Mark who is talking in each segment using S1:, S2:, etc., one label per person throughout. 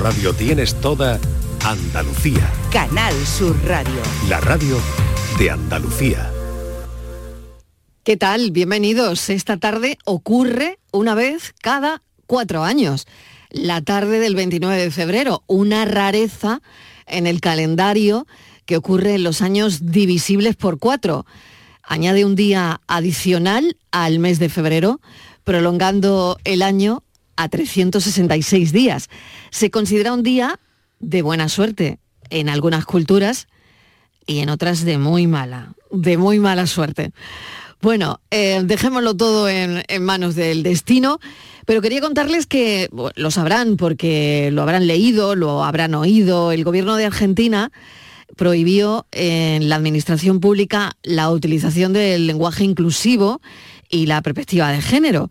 S1: Radio tienes toda Andalucía.
S2: Canal Sur Radio.
S1: La radio de Andalucía.
S3: ¿Qué tal? Bienvenidos. Esta tarde ocurre una vez cada cuatro años. La tarde del 29 de febrero, una rareza en el calendario que ocurre en los años divisibles por cuatro. Añade un día adicional al mes de febrero, prolongando el año a 366 días. Se considera un día de buena suerte en algunas culturas y en otras de muy mala, de muy mala suerte. Bueno, eh, dejémoslo todo en, en, manos del destino, pero quería contarles que bueno, lo sabrán porque lo habrán leído, lo habrán oído. El gobierno de Argentina prohibió en la administración pública la utilización del lenguaje inclusivo y la perspectiva de género.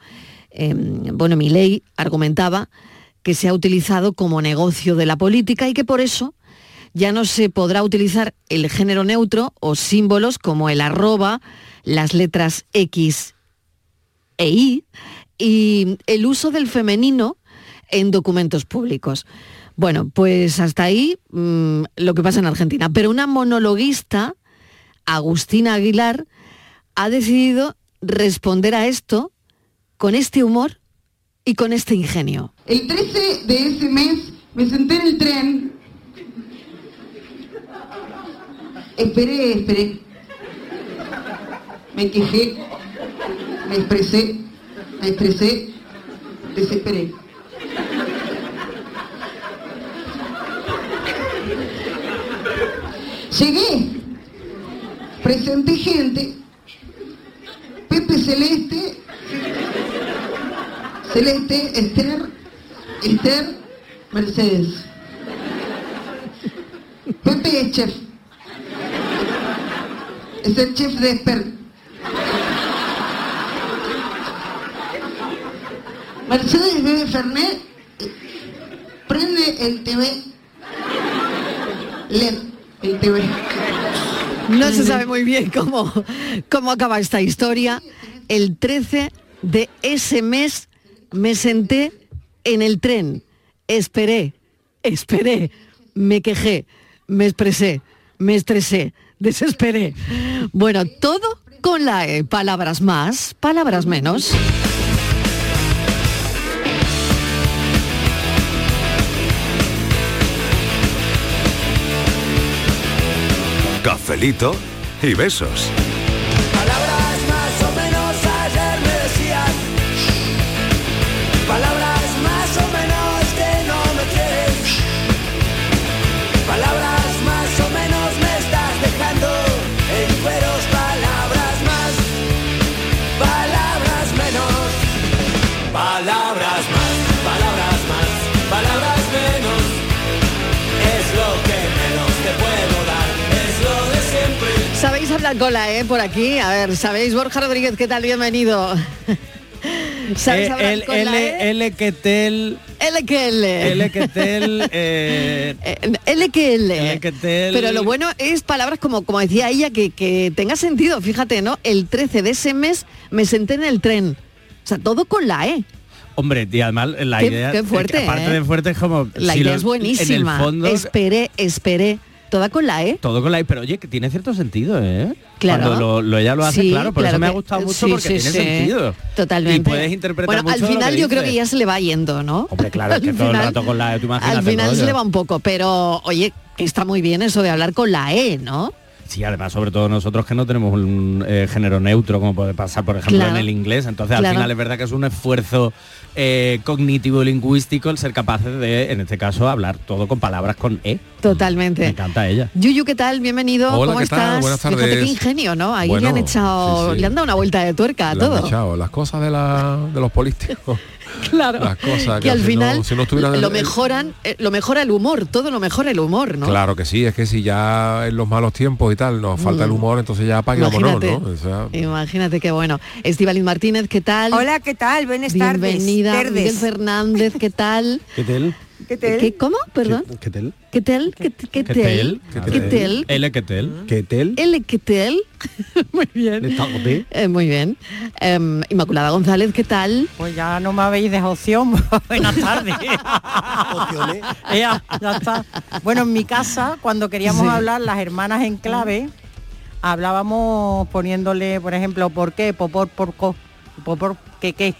S3: Eh, bueno, mi ley argumentaba que se ha utilizado como negocio de la política y que por eso ya no se podrá utilizar el género neutro o símbolos como el arroba, las letras X e Y y el uso del femenino en documentos públicos. Bueno, pues hasta ahí mmm, lo que pasa en Argentina. Pero una monologuista, Agustina Aguilar, ha decidido responder a esto con este humor y con este ingenio.
S4: El 13 de ese mes me senté en el tren Esperé, esperé. Me quejé, me expresé, me estresé, desesperé. Llegué, presenté gente, Pepe Celeste, Celeste, Esther, Esther, Mercedes. Pepe es chef es el chef de Esper. Mercedes bebe Fernet, prende el TV, lee el TV.
S3: No se sabe muy bien cómo, cómo acaba esta historia. El 13 de ese mes me senté en el tren, esperé, esperé, me quejé, me expresé, me estresé desesperé. Bueno, todo con la E. Palabras más, palabras menos.
S1: Cafelito y besos.
S5: Palabras más o menos ayer me decías. Palabras más o menos que no me quieres. Palabras más o menos me estás dejando en cueros palabras más, palabras menos, palabras más, palabras más, palabras menos. Es lo que menos te puedo dar, es lo de siempre.
S3: ¿Sabéis hablar con la E por aquí? A ver, ¿sabéis? Borja Rodríguez, ¿qué tal? Bienvenido. ¿Sabes
S6: Eh,
S3: hablar
S6: el-
S3: con la E?
S6: L, L que tel,
S3: L que L.
S6: L que tel, eh,
S3: Eh, L que L.
S6: L que tel.
S3: Pero lo bueno es palabras como, como decía ella, que, que tenga sentido, fíjate, ¿no? El 13 de ese mes me senté en el tren. O sea, todo con la E.
S6: Hombre, y además la
S3: Qué-
S6: idea,
S3: qué fuerte,
S6: es que aparte
S3: ¿eh?
S6: de fuerte es como
S3: La
S6: si
S3: idea
S6: lo-
S3: es buenísima.
S6: En el fondo,
S3: Esperé, esperé. Toda con la E.
S6: todo con la, pero oye, que tiene cierto sentido, ¿eh?
S3: Claro.
S6: Cuando lo, lo- ella lo hace,
S3: Sí,
S6: claro, por eso
S3: claro
S6: me ha
S3: que-
S6: gustado
S3: sí,
S6: mucho porque
S3: sí,
S6: tiene
S3: sí.
S6: sentido.
S3: Totalmente.
S6: Y puedes interpretar
S3: bueno,
S6: mucho
S3: al
S6: lo
S3: final yo creo
S6: dice.
S3: que ya se le va yendo, ¿no?
S6: Hombre, claro, es
S3: Al
S6: que todo el
S3: final-
S6: rato con la E, tú imagínate
S3: Al final
S6: rollo.
S3: se le va un poco, pero oye, que está muy bien eso de hablar con la E, ¿no?
S6: Sí, además, sobre todo nosotros que no tenemos un eh, género neutro, como puede pasar, por ejemplo,
S3: Claro.
S6: en el inglés. Entonces, al
S3: Claro.
S6: final es verdad que es un esfuerzo eh, cognitivo y lingüístico el ser capaces de, en este caso, hablar todo con palabras con E. Me
S3: Totalmente.
S6: encanta ella.
S3: Yuyu, ¿qué tal? Bienvenido.
S7: Hola,
S3: ¿Cómo
S7: ¿qué tal?
S3: estás?
S7: Buenas
S3: Fíjate
S7: tardes.
S3: qué ingenio, ¿no? Ahí le
S7: Bueno,
S3: han echado,
S7: sí, sí.
S3: le han dado una vuelta de tuerca a
S7: Le han
S3: todo.
S7: echado las cosas de, la- de los políticos.
S3: Claro.
S7: Las cosas
S3: que,
S7: que
S3: al
S7: si
S3: final
S7: no- si no estuvieran el-
S3: lo
S7: el-
S3: mejoran, eh, lo mejora el humor, todo lo mejora el humor, ¿no?
S7: Claro que sí, es que si ya en los malos tiempos y tal nos falta el humor, entonces ya apagámonos,
S3: Imagínate.
S7: ¿no? O sea,
S3: Imagínate qué bueno. Estivaliz Martínez, ¿qué tal?
S8: Hola, ¿qué tal? Buenas tardes.
S3: Bienvenida.
S8: Tardes.
S3: Miguel Fernández, ¿qué tal?
S6: ¿Qué tal?
S3: ¿Qué ¿Cómo? Perdón.
S8: ¿Qué tal?
S3: ¿Qué tal? ¿Qué qué tal? ¿Qué tal? ¿Mm?
S6: L que tel.
S8: ¿Qué tal?
S3: El ¿qué tal? Muy bien.
S8: Le tardé.
S3: Eh, muy bien. Em, Inmaculada González, ¿qué tal?
S9: Pues ya no me habéis dejado opción. Buenas tardes.
S3: Ah,
S9: ya, ya está. Bueno, en mi casa, cuando queríamos
S3: Sí.
S9: hablar las hermanas en clave, hablábamos poniéndole, por ejemplo, ¿por qué? ¿Por por por co? ¿Por, por qué qué?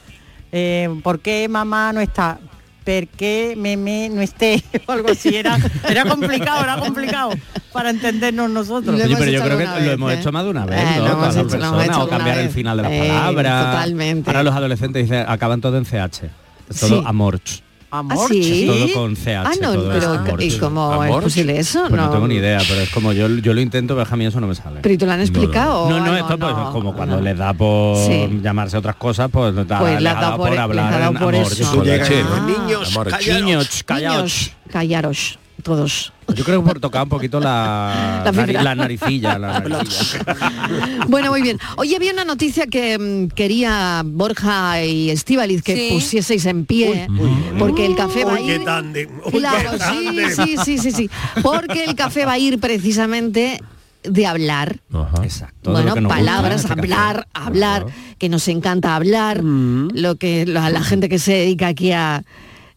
S9: Eh, ¿Por qué mamá no está? ¿Por qué meme no esté? O algo así. Era, era complicado, era complicado para entendernos nosotros.
S3: Lo
S6: Oye,
S3: hemos
S6: pero yo
S3: hecho
S6: creo que
S3: alguna
S6: lo
S3: vez,
S6: hemos
S3: ¿eh?
S6: hecho más de una vez,
S3: Eh,
S6: ¿no?
S3: lo hemos
S6: Para las
S3: hecho, lo hemos
S6: personas,
S3: hecho
S6: o cambiar
S3: alguna
S6: el
S3: vez.
S6: final de las
S3: Eh,
S6: palabras.
S3: totalmente.
S6: Ahora los adolescentes dicen, acaban todo en CH. Es
S3: Sí. ¿Ah,
S6: todo amorch. ¿Ah,
S9: Amor.
S3: sí?
S6: Todo con CH.
S3: Ah, no,
S6: todo es
S3: pero
S6: amorch.
S3: ¿y cómo
S7: Amorch.
S3: es posible eso?
S6: Pues no. tengo ni idea, pero es como yo, yo lo intento, pero es que a mí eso no me sale.
S3: Pero ¿y te lo han explicado?
S6: No, no,
S3: o algo?
S6: esto pues,
S3: No,
S6: es como cuando
S3: no.
S6: les da por
S3: Sí.
S6: llamarse otras cosas, pues, les da-
S3: Pues
S6: les
S3: le ha
S6: da
S3: dado por-
S6: por
S3: les ha
S6: hablar
S3: dado
S6: en
S3: por
S6: amor.
S3: eso.
S7: Con la
S8: Llegan
S7: che,
S8: los
S7: ¿no?
S8: niños,
S7: Amor,
S8: callaros.
S6: Niños, callaos.
S3: Niños, callaros, todos.
S6: Yo creo que por tocar un poquito la,
S3: La fibra.
S6: nari- la naricilla, la naricilla.
S3: Bueno, muy bien. Hoy había una noticia que mm, quería Borja y Estíbaliz que
S10: Sí.
S3: pusieseis en pie, porque el café va a
S8: Uy, qué
S3: ir...
S8: tan de- uy, qué
S3: Claro,
S8: tan
S3: sí,
S8: de-
S3: sí, sí, sí, sí. Porque el café va a ir precisamente de hablar.
S7: Ajá.
S6: Exacto. de lo
S3: bueno,
S6: que nos gusta en
S3: palabras,
S6: este caso.
S3: hablar, hablar, que nos encanta hablar,
S6: Mm.
S3: lo que lo- a la gente que se dedica aquí a,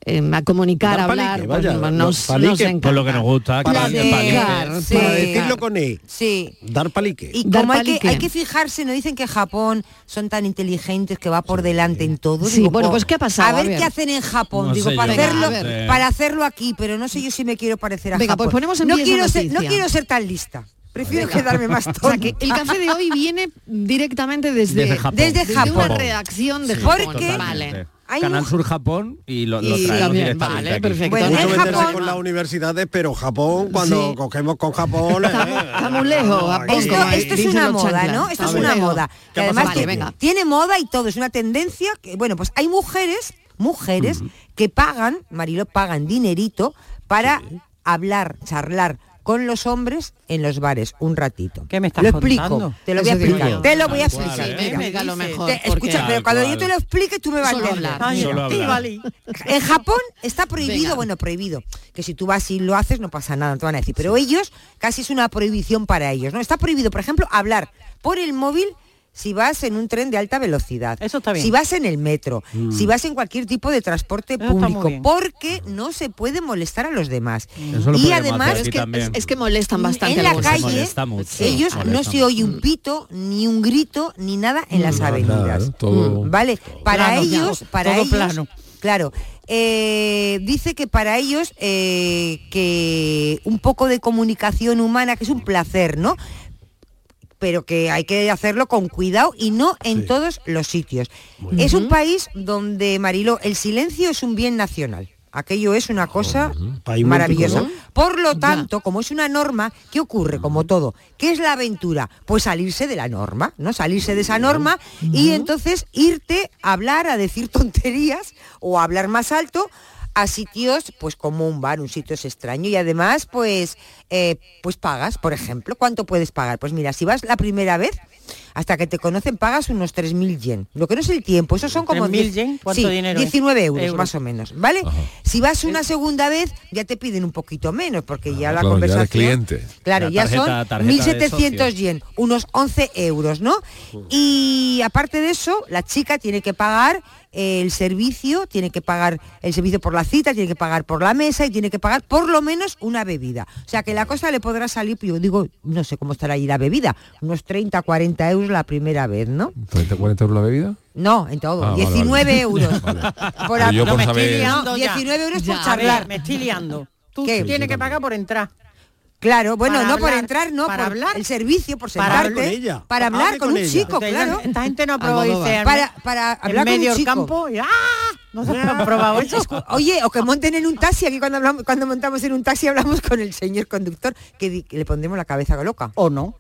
S3: eh, a comunicar, a
S8: Dar
S3: hablar,
S8: palique, vaya,
S3: pues,
S8: no,
S3: nos,
S8: palique,
S3: nos
S8: pues,
S3: encanta.
S6: lo que nos gusta,
S8: Para,
S6: que
S8: de-
S6: palique.
S3: Platicar,
S10: Sí.
S8: para
S3: platicar.
S8: decirlo con E,
S10: Sí.
S8: dar palique.
S10: Y
S3: Dar
S10: como hay
S3: palique.
S10: que, hay que fijarse, no dicen que Japón son tan inteligentes que va por delante en todo.
S3: Sí, bueno, pues, ¿qué ha pasado?
S10: A ver,
S3: A ver.
S10: qué hacen en Japón,
S6: No
S10: digo,
S6: sé
S10: para
S6: yo,
S10: hacerlo,
S3: venga, a
S6: ver.
S10: para hacerlo aquí, pero no sé yo si me quiero parecer a
S3: Venga,
S10: Japón.
S3: pues ponemos en
S10: no
S3: pie esa
S10: quiero ser, no
S3: noticia.
S10: quiero ser tan lista. Prefiero quedarme más tonta.
S3: O sea, que el café de hoy viene directamente desde,
S6: Desde Japón.
S10: Desde
S3: desde
S10: Japón.
S3: una redacción de
S10: Sí,
S3: Japón.
S10: porque-
S3: Vale.
S10: Hay
S6: Canal
S10: un-
S6: Sur Japón y lo, lo
S3: Y
S6: traemos
S3: también,
S6: directamente
S3: vale,
S6: aquí.
S3: perfecto.
S10: Bueno,
S8: Mucho
S10: en
S8: meterse
S10: Japón-
S8: con las universidades, pero Japón, cuando
S3: Sí.
S8: cogemos con Japón... eh,
S3: Estamos- estamos lejos, a poco.
S10: Esto,
S3: Venga,
S10: esto es
S3: díselo,
S10: una moda,
S3: chancla.
S10: ¿no? Esto
S3: A
S10: es
S3: ver.
S10: una
S3: Venga.
S10: moda.
S3: ¿Qué
S10: Que
S3: ha
S10: además
S3: pasado?
S10: que
S3: Vale, venga.
S10: tiene moda y todo, es una tendencia que, bueno, pues hay mujeres, mujeres que pagan, Marilo, pagan dinerito para hablar, charlar con los hombres en los bares un ratito.
S9: ¿Qué me estás
S10: Lo explico,
S9: contando?
S10: te lo voy a
S3: Eso digo
S10: explicar.
S3: yo. ¿eh?
S10: Te lo voy a
S3: Sí,
S10: explicar.
S3: sí,
S10: mira.
S3: venga, lo mejor.
S10: Te-
S3: porque-
S10: escucha, pero cuando
S6: Tal
S10: yo te lo explique tú me vas a
S3: Solo
S10: entender.
S3: hablar.
S9: Ay,
S6: Solo hablar.
S9: Estíbaliz.
S10: En Japón está prohibido,
S3: Venga.
S10: bueno, prohibido, que si tú vas y lo haces no pasa nada, no te van a decir, pero ellos casi es una prohibición para ellos, ¿no? Está prohibido, por ejemplo, hablar por el móvil si vas en un tren de alta velocidad,
S9: Eso está bien.
S10: si vas en el metro,
S6: Mm.
S10: si vas en cualquier tipo de transporte
S9: Eso está muy
S10: público,
S9: bien.
S10: porque no se puede molestar a los demás.
S6: Mm. Eso lo
S10: y
S6: podríamos
S10: además Mm,
S6: hacer
S3: Es
S6: Sí,
S3: que, es,
S6: también.
S3: es que molestan bastante
S10: en la
S3: algunos.
S10: calle
S6: Molesta mucho,
S10: ellos no
S6: molesta Mm.
S10: se oye un pito, ni un grito, ni nada en las avenidas. Mm.
S7: Claro, todo-
S10: Vale, para
S9: Plano,
S10: ellos,
S9: ya.
S10: para
S9: Todo
S10: ellos,
S9: plano.
S10: claro, eh, dice que para ellos eh, que un poco de comunicación humana, que es un placer, ¿no? Pero que hay que hacerlo con cuidado y no en todos los sitios. Es un país donde, Mariló, el silencio es un bien nacional. Aquello es una cosa
S8: País
S10: maravillosa.
S8: multicolor.
S10: Por lo tanto, como es una norma, ¿qué ocurre? Como todo, ¿qué es la aventura? Pues salirse de la norma, ¿no? Salirse de esa norma y entonces irte a hablar, a decir tonterías o a hablar más alto a sitios, pues como un bar, un sitio es extraño y además, pues, eh, pues pagas, por ejemplo, ¿cuánto puedes pagar? Pues mira, si vas la primera vez, hasta que te conocen pagas unos 3.000 yen, lo que no es el tiempo, eso son como
S9: 3.000
S10: diez-
S9: yen, ¿cuánto
S10: sí,
S9: dinero es?
S10: 19 euros,
S9: Euros.
S10: más o menos, ¿vale? Si vas una segunda vez, ya te piden un poquito menos, porque ya la
S7: claro, ya eres
S10: conversación...
S7: cliente.
S10: Claro,
S6: Ya
S10: ya,
S6: tarjeta-
S10: son
S6: tarjeta de
S10: 1.700
S6: socio.
S10: yen, unos 11 euros, ¿no? Y aparte de eso, la chica tiene que pagar eh, el servicio, tiene que pagar el servicio por la cita, tiene que pagar por la mesa y tiene que pagar por lo menos una bebida. O sea que la cosa le podrá salir, yo digo, no sé cómo estará ahí la bebida, unos 30, 40 euros la primera vez, ¿no?
S7: 30, 40 euros la bebida.
S10: No, en todo,
S7: Mm. Ah, vale,
S10: 19
S7: vale.
S10: euros.
S7: Vale.
S10: Por
S7: Pero
S10: a-
S7: yo
S9: No
S7: por
S9: me estoy
S7: saber-
S9: liando ya.
S10: 19 euros
S3: Ya,
S10: por
S9: A
S10: charlar.
S9: ver, me estoy liando. Tú
S10: ¿Qué?
S9: tienes que pagar por entrar.
S10: Claro, bueno,
S9: Para
S10: no por
S9: hablar,
S10: entrar, no
S9: para
S10: por
S9: hablar.
S10: el servicio, por
S9: Para
S10: sentarte,
S9: hablar
S8: con ella.
S10: para hablar
S8: Hable
S10: con,
S8: con
S10: un
S8: ella.
S10: chico,
S9: Ustedes-
S10: claro.
S9: Esta gente no ha probado
S3: Almodóvar.
S9: dice,
S10: Para, para
S9: el
S10: hablar con un
S9: medio
S10: chico.
S9: campo y ¡ah! No se ha probado eso.
S10: Escu- Oye, o que monten en un taxi, aquí cuando hablamos, cuando montamos en un taxi hablamos con el señor conductor, que, di- que le pondremos la cabeza loca.
S9: O no.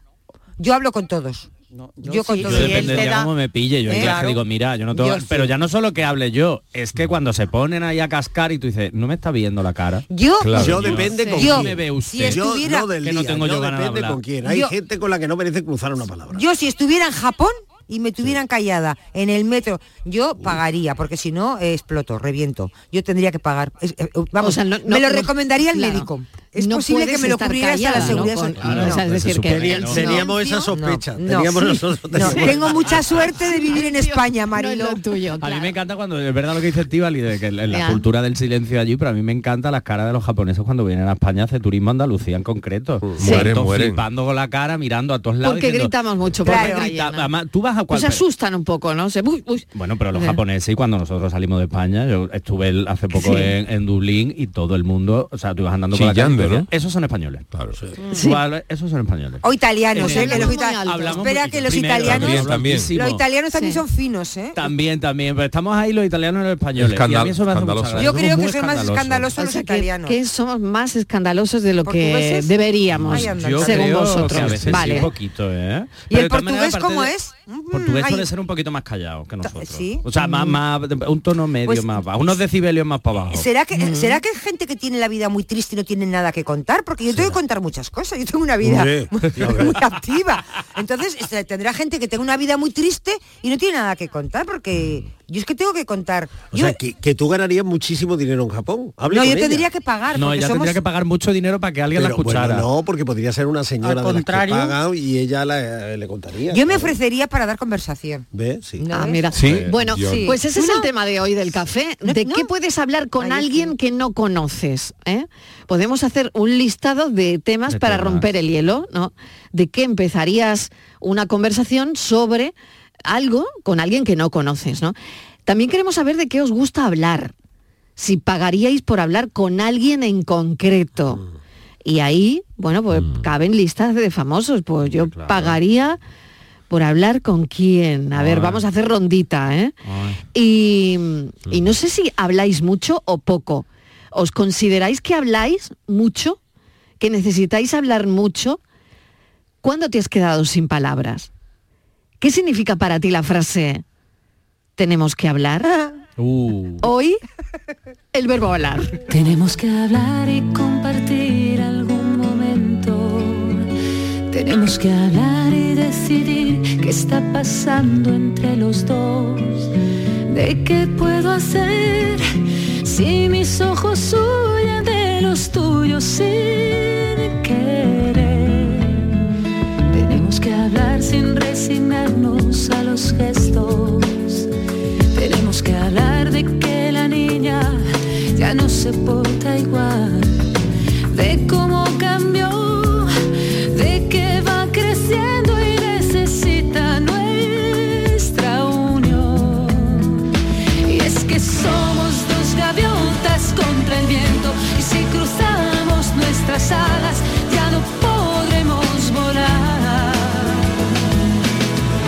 S10: Yo hablo con todos. yo, con
S9: sí,
S6: Yo
S10: todos.
S9: Si él
S6: depende
S9: te
S6: de
S9: da-
S6: cómo me pille. Yo en
S10: Eh,
S6: clase
S10: claro.
S6: digo, mira, yo no tengo...
S10: Yo sí.
S6: Pero ya no solo que hable yo, es que cuando se ponen ahí a cascar y tú dices, no me está viendo la cara.
S10: Yo,
S7: Claro.
S8: Yo depende
S3: sé.
S8: con
S10: Yo,
S8: quién.
S6: me ve usted.
S10: si
S8: Yo
S10: estuviera,
S8: no del
S6: Que no
S8: día,
S6: tengo yo ganas de
S8: depende
S6: hablar.
S8: con quién. Hay
S10: Yo-
S8: gente con la que no merece cruzar una palabra.
S10: yo si estuviera en Japón, y me tuvieran callada en el metro, yo pagaría, porque si no, eh, exploto, reviento. Yo tendría que pagar. Es- eh, vamos,
S3: no- no-
S10: me lo
S3: no-
S10: recomendaría el
S3: claro.
S10: médico. Es
S3: No
S10: posible que
S3: puedes
S10: me lo
S3: estar
S10: cubriera hasta la
S3: callada, ¿no?
S10: seguridad
S3: Con-
S10: social.
S3: claro, o sea, es
S10: No.
S3: decir, que- Tenía- no.
S8: teníamos esa
S10: No,
S8: sospecha,
S10: no,
S8: teníamos
S10: sí.
S8: nosotros
S10: No,
S8: también.
S10: Tengo mucha suerte de vivir en España, Marilo.
S6: A mí me encanta cuando, es verdad lo que dice Estivali, de que la la
S10: Ya.
S6: cultura del silencio allí, pero a mí me encanta las caras de los japoneses cuando vienen a España a hacer turismo a Andalucía en concreto.
S7: Sí. Mueren,
S6: Todos
S7: mueren.
S6: flipando con la cara, mirando a todos lados.
S3: Porque
S6: diciendo,
S3: gritamos mucho por
S6: "Porque
S3: la calle,
S6: grita-
S3: ¿no?
S6: además, Tú vas a cuál
S3: Pues se asustan un poco, ¿no? Se, uy, uy.
S6: Bueno, pero los
S3: Ya.
S6: japoneses, y cuando nosotros salimos de España, yo estuve el- hace poco
S3: Sí.
S6: en, en Dublín y todo el mundo, o sea, tú ibas andando por la calle, y
S7: Chillando,
S6: decías,
S7: ¿no?
S6: Esos son españoles.
S7: Claro.
S10: Sí.
S6: Igual, Esos son españoles.
S10: O italianos,
S6: Eh,
S10: ¿eh? Que los
S6: hablamos
S10: ita-
S6: muy alto.
S10: Espera
S6: Hablamos
S10: que los
S6: mucho.
S10: italianos.
S6: Primero, también, también.
S10: Los italianos también
S3: Sí.
S10: son finos, ¿eh?
S6: También, también, pero estamos ahí los italianos y los españoles.
S7: Escandal-
S6: y a mí eso me hace mucha
S7: escandaloso.
S6: gracia.
S10: Yo
S6: Somos
S10: creo
S6: muy
S10: que son más escandalosos
S3: O
S10: los
S3: sea, que,
S10: italianos.
S3: que somos más escandalosos de lo que
S10: ¿Portugueses?
S3: deberíamos,
S10: Ay, anda,
S6: Yo
S3: según
S6: creo
S3: vosotros.
S6: que a veces sí,
S3: vale.
S6: un poquito,
S10: ¿Y
S6: ¿eh? Pero de
S10: el
S6: todas maneras,
S10: portugués
S6: aparte
S10: cómo
S6: de-
S10: es? Mm,
S6: portugués
S10: ay,
S6: suele ser un poquito más callado que nosotros.
S10: sí.
S6: O sea, más, más- un tono medio
S10: Pues-
S6: más bajo, unos decibelios más para
S8: Oh.
S6: abajo.
S10: ¿Será que,
S8: Mm.
S10: ¿Será que hay gente que tiene la vida muy triste y no tiene nada que contar? Porque yo tengo que contar muchas cosas. Yo tengo una vida
S8: Hombre, ya
S10: muy,
S8: ves.
S10: muy activa. Entonces este, tendrá gente que tenga una vida muy triste y no tiene nada que contar porque yo es que tengo que contar.
S8: Mm. O
S10: Yo-
S8: sea, que, que tú ganarías muchísimo dinero en Japón. Hable
S10: no,
S8: con
S10: yo
S8: ella.
S10: tendría que pagar.
S6: no,
S10: porque
S6: ella
S10: somos-
S6: tendría que pagar mucho dinero para que alguien
S8: Pero,
S6: la escuchara.
S8: bueno, no, porque podría ser una señora
S9: Al
S8: de las que
S9: contrario.
S8: paga y ella la- eh, le contaría.
S10: Yo me
S8: Claro.
S10: ofrecería para dar conversación.
S8: ¿Ve? Sí.
S10: No.
S3: Ah, mira.
S6: Eh,
S7: Sí,
S3: Bueno,
S7: yo-
S10: Sí.
S3: pues ese
S10: ¿Tú
S3: es el
S10: no?
S3: tema de hoy del café.
S10: No,
S3: ¿De
S10: no.
S3: qué puedes hablar con
S10: Ahí
S3: alguien que no conoces? eh? Podemos hacer un listado de temas
S6: De
S3: para
S6: temas.
S3: romper el hielo, ¿no? ¿De qué empezarías una conversación sobre algo con alguien que no conoces, ¿no? También queremos saber de qué os gusta hablar. Si pagaríais por hablar con alguien en concreto.
S6: Mm.
S3: Y ahí, bueno, pues caben listas de famosos. Pues yo pagaría por hablar con quién. A ver,
S6: Ay.
S3: vamos a hacer rondita, ¿eh?
S6: Ay.
S3: Y, y no sé si habláis mucho o poco. ¿Os consideráis que habláis mucho? ¿Que necesitáis hablar mucho? ¿Cuándo te has quedado sin palabras? ¿Qué significa para ti la frase tenemos que hablar?
S6: Uh.
S3: Hoy, el verbo hablar.
S11: Tenemos que hablar y compartir algún momento. Tenemos que hablar y decidir qué está pasando entre los dos. ¿De qué puedo hacer si mis ojos huyen de los tuyos sin querer? Tenemos que hablar sin resignarnos a los gestos. Tenemos que hablar de que la niña ya no se porta igual, de cómo cambió, de que va creciendo y necesita nuestra unión. Y es que somos dos gaviotas contra el viento y si cruzamos nuestras alas ya no podremos volar.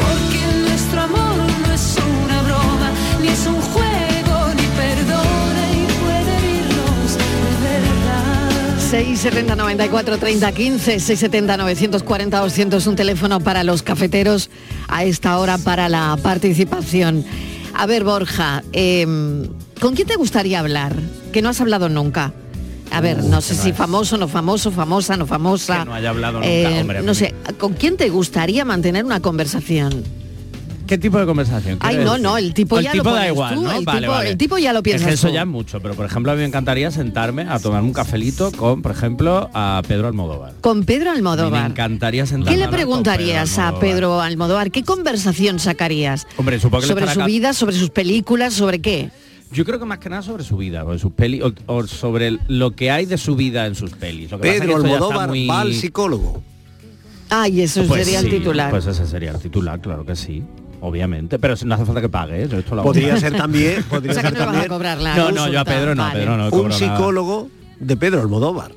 S11: Porque nuestro amor no es una broma, ni es un juego, ni perdona y puede irnos de verdad.
S3: 670 94 30 15 670 940 200 un teléfono para los cafeteros a esta hora para la participación. A ver, Borja, em, ¿con quién te gustaría hablar? Que no has hablado nunca. A ver,
S6: Uh,
S3: no sé si famoso, no famoso, famosa, no famosa. Eh,
S6: Que no haya hablado nunca, hombre, a
S3: No
S6: mí.
S3: sé, ¿con quién te gustaría mantener una conversación?
S6: ¿Qué tipo de conversación?
S3: Ay,
S6: Quiero
S3: no,
S6: decir,
S3: no, el tipo ya lo
S6: tipo da
S3: pones
S6: igual,
S3: tú,
S6: ¿no?
S3: el
S6: Vale,
S3: tipo-
S6: vale.
S3: el tipo ya lo piensas
S6: Es que eso
S3: tú.
S6: ya es mucho, pero por ejemplo a mí me encantaría sentarme a tomar un cafelito con, por ejemplo, a Pedro Almodóvar.
S3: Con Pedro
S6: A mí me
S3: Almodóvar.
S6: encantaría sentarme.
S3: ¿Qué
S6: a
S3: le
S6: hablar con
S3: preguntarías a
S6: Almodóvar.
S3: Pedro Almodóvar? ¿Qué conversación sacarías?
S6: Hombre, supongo que le
S3: sobre
S6: estará
S3: su
S6: ca-
S3: vida, sobre sus películas, sobre qué.
S6: Yo creo que más que nada sobre su vida, o, sus peli, o, o sobre el- lo que hay de su vida en sus pelis. Lo que pasa es que
S8: Pedro
S6: esto ya está
S8: Almodóvar
S6: muy-
S8: va al psicólogo.
S3: Ah, y eso
S6: Pues
S3: sería el
S6: sí,
S3: titular.
S6: Pues ese sería el titular, claro que sí. Obviamente, pero si no hace falta que pague, ¿eh? Yo esto lo hago.
S8: Podría ser también, podría
S3: o sea que
S8: ser
S3: no le vas a
S8: también
S3: cobrar la
S6: No, no, yo
S3: consulta.
S6: a Pedro no, a
S3: Vale.
S6: Pedro no. le
S8: un
S6: cobro nada.
S8: psicólogo de Pedro Almodóvar.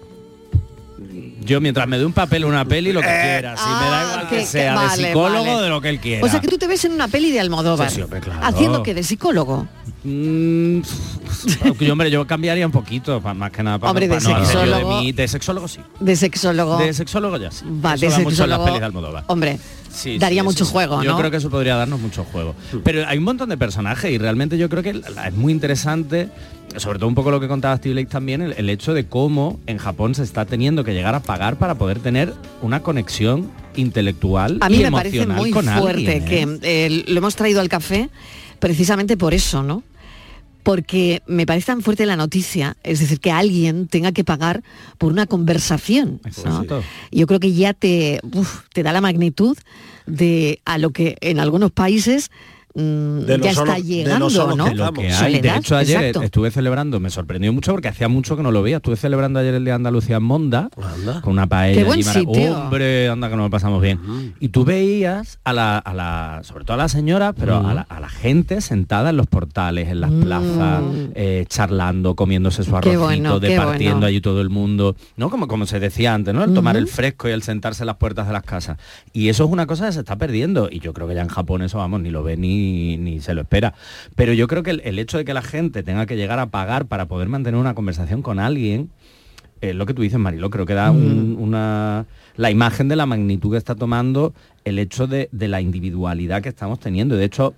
S6: Yo mientras me dé un papel o una peli, lo que quiera. Si me da
S3: Ah,
S6: igual
S3: que-
S6: que, sea
S3: vale,
S6: de psicólogo
S3: vale.
S6: o de lo que él quiera.
S3: O sea que tú te ves en una peli de Almodóvar,
S6: Sí, sí, hombre, claro.
S3: haciendo que de psicólogo.
S6: Mm, aunque yo, hombre, yo cambiaría un poquito, pa- más que nada para,
S3: Hombre, de
S6: no hacer yo
S3: sexólogo-
S6: de, mí. de sexólogo sí.
S3: De sexólogo.
S6: De sexólogo ya sí.
S3: Va,
S6: Eso
S3: de
S6: da mucho en las
S3: sexólogo.
S6: pelis de Almodóvar.
S3: Hombre,
S6: Sí, sí,
S3: daría
S6: eso
S3: mucho
S6: sí.
S3: juego,
S6: Yo
S3: ¿no? Hmm.
S6: creo que eso podría darnos mucho juego. Pero hay un montón de personajes y realmente yo creo que la- la- es muy interesante, sobre todo un poco lo que contaba Steve Lake también, el, el hecho de cómo en Japón se está teniendo que llegar a pagar para poder tener una conexión intelectual
S3: A mí
S6: y
S3: me parece
S6: emocional
S3: muy
S6: con
S3: fuerte
S6: alguien, ¿eh?
S3: que eh, lo hemos traído al café precisamente por eso, ¿no? Porque me parece tan fuerte la noticia, es decir, que alguien tenga que pagar por una conversación. ¿no? Yo creo que ya te, uf, te da la magnitud de a lo que en algunos países mm,
S6: De lo
S3: ya
S6: solo-
S3: está
S6: de lo
S3: llegando, ¿no?
S6: De lo que hay.
S3: Soledad,
S6: De hecho, ayer
S3: exacto.
S6: estuve celebrando, me sorprendió mucho porque hacía mucho que no lo veía. Estuve celebrando ayer el Día de Andalucía en Monda, con una paella.
S12: Qué
S6: allí
S12: buen
S6: mara-
S12: sitio.
S6: Hombre, anda que nos lo pasamos bien. Y tú veías a la, a la- sobre todo a las señoras, pero a, la, a la gente sentada en los portales, en las plazas, eh, charlando, comiéndose su
S3: Mm. Qué
S6: arrocito,
S3: bueno, qué
S6: departiendo
S3: bueno.
S6: allí todo el mundo. ¿No? Como, como se decía antes, ¿no? El tomar
S3: Ujú.
S6: el fresco y el sentarse en las puertas de las casas. Y eso es una cosa que se está perdiendo. Y yo creo que ya en Japón eso, vamos, ni lo ve ni, ni se lo espera. Pero yo creo que el, el hecho de que la gente tenga que llegar a pagar para poder mantener una conversación con alguien, es lo que tú dices, Marilo, creo que da un- una, la imagen de la magnitud que está tomando el hecho de, de la individualidad que estamos teniendo. De hecho,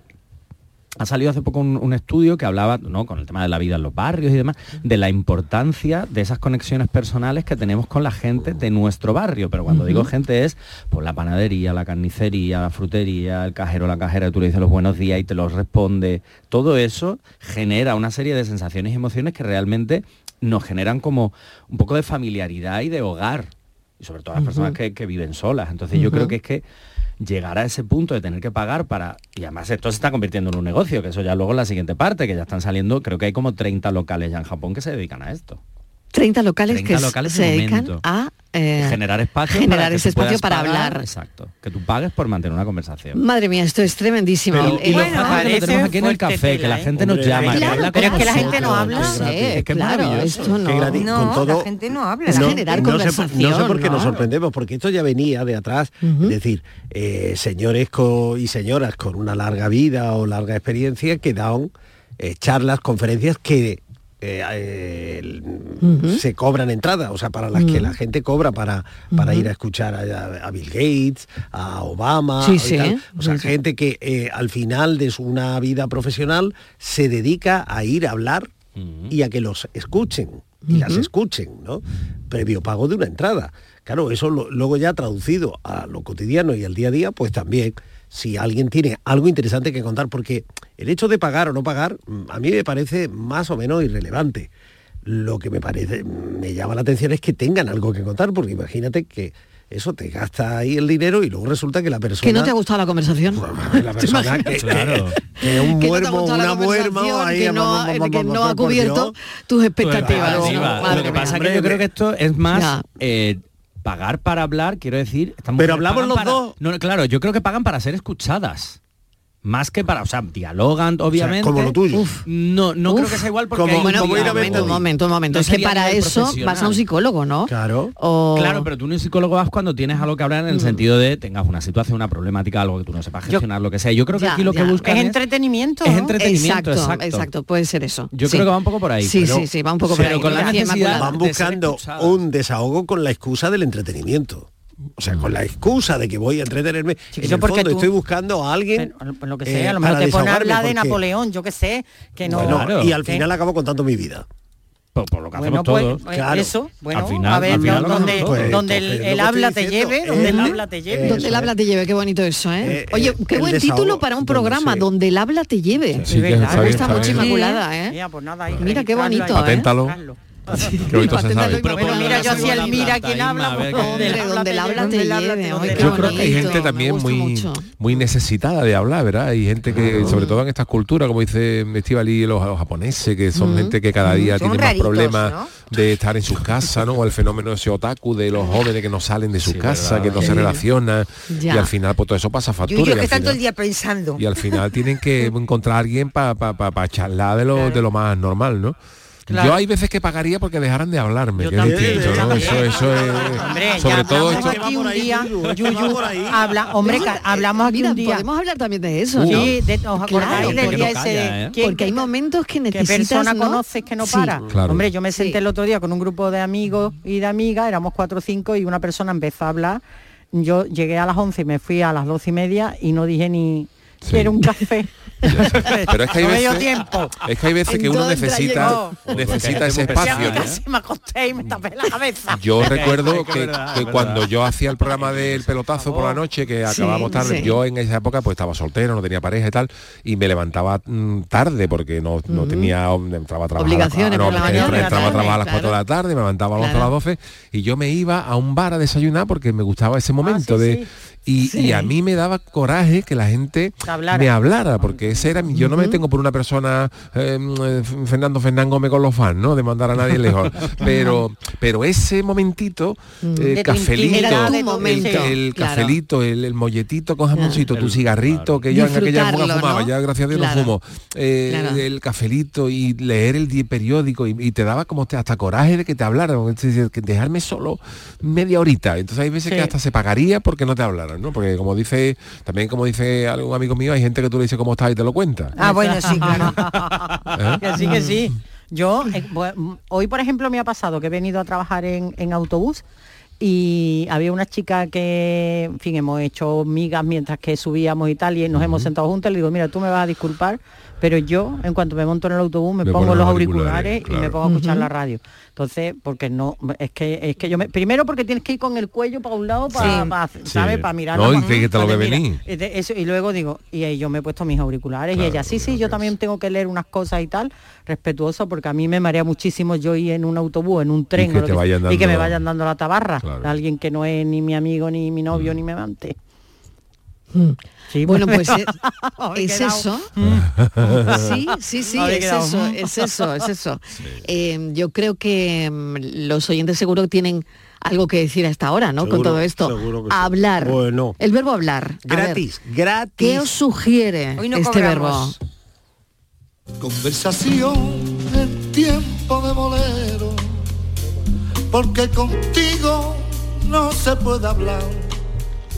S6: ha salido hace poco un, un estudio que hablaba, ¿no? con el tema de la vida en los barrios y demás, de la importancia de esas conexiones personales que tenemos con la gente de nuestro barrio. Pero cuando digo
S13: Ujú.
S6: gente es pues, la panadería, la carnicería, la frutería, el cajero, la cajera, que tú le dices los buenos días y te los responde. Todo eso genera una serie de sensaciones y emociones que realmente nos generan como un poco de familiaridad y de hogar. Y sobre todo las personas
S13: Ujú.
S6: que, que viven solas. Entonces yo
S13: Ujú.
S6: creo que es que llegar a ese punto de tener que pagar para... Y además esto se está convirtiendo en un negocio, que eso ya luego es la siguiente parte, que ya están saliendo, creo que hay como 30 locales ya en Japón que se dedican a esto.
S3: 30 locales
S6: 30
S3: que
S6: locales
S3: se
S6: de
S3: dedican
S6: momento.
S3: a eh,
S6: generar espacio
S3: generar
S6: para que
S3: ese
S6: tú puedas
S3: espacio para
S6: pagar-
S3: hablar.
S6: Exacto, que tú pagues por mantener una conversación.
S3: Madre mía, esto es tremendísimo.
S6: Pero- y
S3: Eh,
S6: lo fácil que lo tenemos aquí en el
S3: fuerte
S6: café, que la gente nos
S3: Hombre,
S6: llama. que
S3: claro,
S6: habla
S3: pero es
S6: con
S3: que la gente
S6: nosotros,
S3: no habla.
S6: que es gratis,
S3: Sí,
S6: es que es
S3: claro,
S6: maravilloso.
S3: esto no.
S8: Qué gratis,
S10: No,
S8: con todo,
S10: la gente no habla.
S3: Es generar
S8: Sé, no sé por qué
S3: conversación,
S8: nos
S3: ¿no?
S8: sorprendemos, porque esto ya venía de atrás. Es decir, eh, señores co- y señoras con una larga vida o larga experiencia que dan eh, charlas, conferencias que eh, eh, el- se cobran entradas, o sea, para las que
S13: Ujú.
S8: la gente cobra para, para
S13: Mm. Ujú.
S8: ir a escuchar a, a Bill Gates, a Obama,
S13: Sí,
S8: y
S13: sí.
S8: tal. o sea,
S13: Sí, sí.
S8: gente que eh, al final de su- una vida profesional se dedica a ir a hablar y a que los escuchen y las escuchen, ¿no? Previo pago de una entrada. Claro, eso lo- luego ya traducido a lo cotidiano y al día a día, pues también si alguien tiene algo interesante que contar, porque el hecho de pagar o no pagar, mm, a mí me parece más o menos irrelevante. Lo que me parece, mm, me llama la atención es que tengan algo que contar, porque imagínate que eso te gasta ahí el dinero y luego resulta que la persona
S3: Que no te ha gustado la conversación.
S8: la persona que, que- que
S3: Que no
S8: un
S3: te ha
S8: muermo,
S3: gustado la
S8: una muerma
S3: conversación,
S8: ahí,
S3: que no,
S8: vamos,
S3: ha-
S8: vamos,
S3: que
S8: vamos,
S3: no ha
S8: por
S3: cubierto
S8: Dios.
S3: tus expectativas.
S6: Expectativas.
S3: Madre
S6: Lo que
S3: mía.
S6: pasa es que yo creo que esto es
S3: Ya.
S6: más eh, pagar para hablar, quiero decir.
S8: Pero hablamos los
S6: dos. No, no, claro, yo creo que pagan para ser escuchadas. Más que para, o sea, dialogan, obviamente.
S8: como lo tuyo.
S6: Uf, no, no creo que sea igual porque hay un
S3: bueno, un
S6: diálogo.
S3: momento, un momento, un momento.
S6: No
S3: es que
S6: sería
S3: para
S6: nivel
S3: eso vas a
S6: profesional.
S3: un psicólogo, ¿no?
S8: Claro.
S3: O-
S6: Claro, pero tú en un psicólogo vas cuando tienes algo que hablar en el sentido de tengas una situación, una problemática, algo que tú no sepas gestionar, lo que sea. Mm. Yo creo que
S3: Ya,
S6: aquí lo
S3: ya.
S6: que buscan
S9: Es
S6: es
S9: entretenimiento.
S6: es
S9: ¿no?
S6: entretenimiento,
S3: exacto,
S6: exacto.
S3: puede ser eso.
S6: Yo
S3: Sí.
S6: creo que va un poco por ahí.
S3: Sí,
S8: Pero-
S3: sí, sí, va un poco por
S8: pero
S3: ahí.
S8: con la
S3: Gracias,
S8: necesidad
S3: Inmaculada.
S8: van buscando un desahogo con la excusa del entretenimiento. O sea, con la excusa de que voy a entretenerme. en
S9: eso
S8: el
S9: porque
S8: fondo
S9: tú-
S8: estoy buscando a alguien
S9: Pues lo que
S8: eh,
S9: sea, a lo mejor
S8: para
S9: te pone a
S8: desahogarme,
S9: hablar de
S8: porque-
S9: Napoleón, yo qué sé, que no.
S8: Bueno, Y al
S9: que-
S8: final acabo contando mi vida.
S6: Por, lo que
S9: Bueno, pues, eh, eso, bueno, a ver, ¿no? donde,
S8: Pues,
S9: donde el- el, habla te lleve, donde el habla te lleve.
S3: Donde ¿eh? el habla te lleve, qué bonito eso, ¿eh?
S9: Eh,
S3: Oye,
S9: eh,
S3: qué
S9: el
S3: buen
S9: desahogo,
S3: título para un programa, donde el habla te lleve. Me
S7: Sí, que está bien,
S3: gusta
S7: está
S3: mucho
S7: bien.
S3: Inmaculada, ¿eh?
S9: Mira, pues nada, ahí,
S3: Mira qué
S9: registrarlo
S3: bonito,
S9: ahí.
S3: ¿eh?
S7: Paténtalo. Que ahorita se sabe.
S9: Bueno, mira, yo hacía el mira quién habla, pues, donde el habla
S3: Donde el habla te lleve. ay, qué
S7: Yo creo que hay
S3: bonito.
S7: gente también muy, muy necesitada de hablar, ¿verdad? Hay gente que, sobre todo en estas culturas, como dice Estivali, los, los japoneses, que son gente que cada día
S13: Son
S7: tiene
S13: raritos,
S7: más problemas
S13: ¿no?
S7: de estar en sus casas, ¿no? O el fenómeno ese otaku de los jóvenes que no salen de sus casas, que no
S13: Sí.
S7: se relacionan.
S10: Ya.
S7: Y al final, pues todo eso pasa
S10: Yo,
S7: factura.
S10: yo
S7: y
S10: que
S7: al
S10: están todo
S7: final-
S10: el día pensando.
S7: y al final tienen que encontrar a alguien para charlar de lo, de lo más normal, ¿no?
S10: Claro.
S7: Yo hay veces que pagaría porque dejaran de hablarme, que es
S13: también,
S7: distinto,
S13: yo
S7: ¿no?
S13: también.
S7: Eso, eso es.
S9: Hombre,
S7: sobre
S9: ya
S7: todo
S9: hablamos
S7: esto.
S9: aquí un día, Yuyu, habla, hombre, ca- hablamos aquí
S3: Mira,
S9: un día.
S3: podemos hablar también de eso, ¿no?
S9: Sí, de, ¿os
S3: Claro,
S9: acordáis del
S3: porque-
S9: día ese de- ¿quién-
S3: porque hay momentos que
S9: ¿Qué
S3: necesitas,
S9: persona
S3: ¿no?
S9: conoces que no
S3: Sí.
S9: para?
S3: Claro.
S9: Hombre, yo me senté el otro día con un grupo de amigos y de amigas, éramos cuatro o cinco y una persona empezó a hablar. Yo llegué a las 11 y me fui a las doce y media y no dije ni, quiero un café.
S7: Pero es que hay
S9: No me dio
S7: veces,
S9: tiempo.
S7: es que hay veces que uno
S9: Entonces,
S7: necesita,
S9: llegó.
S7: necesita ese
S9: Ya
S7: espacio.
S9: me
S7: ¿no?
S9: casi me acosté y me tapé la cabeza.
S7: Yo recuerdo
S9: que
S7: que, que cuando yo hacía el programa del pelotazo por la noche, que
S9: Sí,
S7: acabábamos tarde,
S9: sí.
S7: yo en esa época pues estaba soltero, no tenía pareja y tal, y me levantaba mm, tarde porque no, no tenía, entraba a trabajar.
S3: Obligaciones
S7: a,
S3: por la mañana, por la
S7: Entraba a
S3: tarde,
S7: trabajar a las 4
S3: claro.
S7: de la tarde, me levantaba a las 11 a las 12 y yo me iba a un bar a desayunar porque me gustaba
S3: Ah,
S7: ese momento de... Y, y a mí me daba coraje que la gente
S9: Te hablara.
S7: me hablara, porque ese era mi- yo no me tengo por una persona eh, Fernando Fernández Gómez con los fans, ¿no? De mandar a nadie lejos. Pero, pero ese momentito,
S3: Mm. De
S7: el
S3: tu
S7: cafelito,
S3: intimidad, de
S7: el,
S3: tu momento,
S7: el
S3: claro.
S7: cafelito, el, el molletito con jamoncito, tu cigarrito, que yo en aquella
S3: Disfrutarlo,
S7: época fumaba,
S3: ¿no?
S7: ya gracias a Dios
S3: Claro.
S7: no fumo. Eh,
S3: Claro.
S7: El cafelito y leer el di- periódico y, y te daba como te- hasta coraje de que te hablaran, que dejarme solo media horita. Entonces hay veces que
S9: Sí.
S7: hasta se pagaría porque no te hablaran, ¿no? Porque como dice, también como dice algún amigo mío, hay gente que tú le dices cómo estás y te lo cuenta.
S10: Ah, bueno, sí, claro.
S7: ¿eh?
S9: Que sí, que sí. Yo, eh, bu- mm, hoy por ejemplo me ha pasado que he venido a trabajar en, en autobús y había una chica que, en fin, hemos hecho migas mientras que subíamos y tal y nos hemos sentado juntos y le digo, mira, tú me vas a disculpar, pero yo en cuanto me monto en el autobús me,
S12: Me
S9: pongo
S12: pones
S9: los
S12: los
S9: auriculares,
S12: auriculares,
S9: y me
S12: claro.
S9: pongo a escuchar
S12: Ujú.
S9: la radio. Entonces, porque no, es que es que yo me, primero porque tienes que ir con el cuello para un lado, para,
S12: Sí.
S9: para-
S7: Sí.
S9: ¿sabes? Para mirar
S7: No,
S9: la-
S7: y que- que te lo
S9: para
S7: ve
S9: mirar.
S7: venir.
S9: Y de- eso- y luego digo, y ahí yo me he puesto mis auriculares
S7: Claro,
S9: y ella, sí, sí, yo también tengo que leer unas cosas y tal, respetuoso, porque a mí me marea muchísimo yo ir en un autobús, en un tren,
S7: que
S9: o lo
S7: te vayan
S9: sea, y que
S7: dando
S9: me
S7: la-
S9: vayan dando la tabarra,
S7: Claro. Mm.
S9: de alguien que no es ni mi amigo, ni mi novio, ni mi amante. Sí,
S3: Bueno, pues es,
S9: Ahora he
S3: es
S9: quedado.
S3: eso. Sí, sí, sí,
S9: Ahora he
S3: es
S9: quedado.
S3: eso, es eso, es eso. Eh, yo creo que mm, los oyentes seguro tienen algo que decir hasta ahora, ¿no? Con
S8: Seguro,
S3: todo esto.
S8: seguro que sí.
S3: Hablar.
S8: Bueno.
S3: El verbo hablar. A ver,
S8: Gratis, gratis.
S3: ¿Qué os sugiere
S8: Hoy no
S3: este verbo?
S8: cobramos.
S13: Conversación en tiempo de bolero, porque contigo no se puede hablar.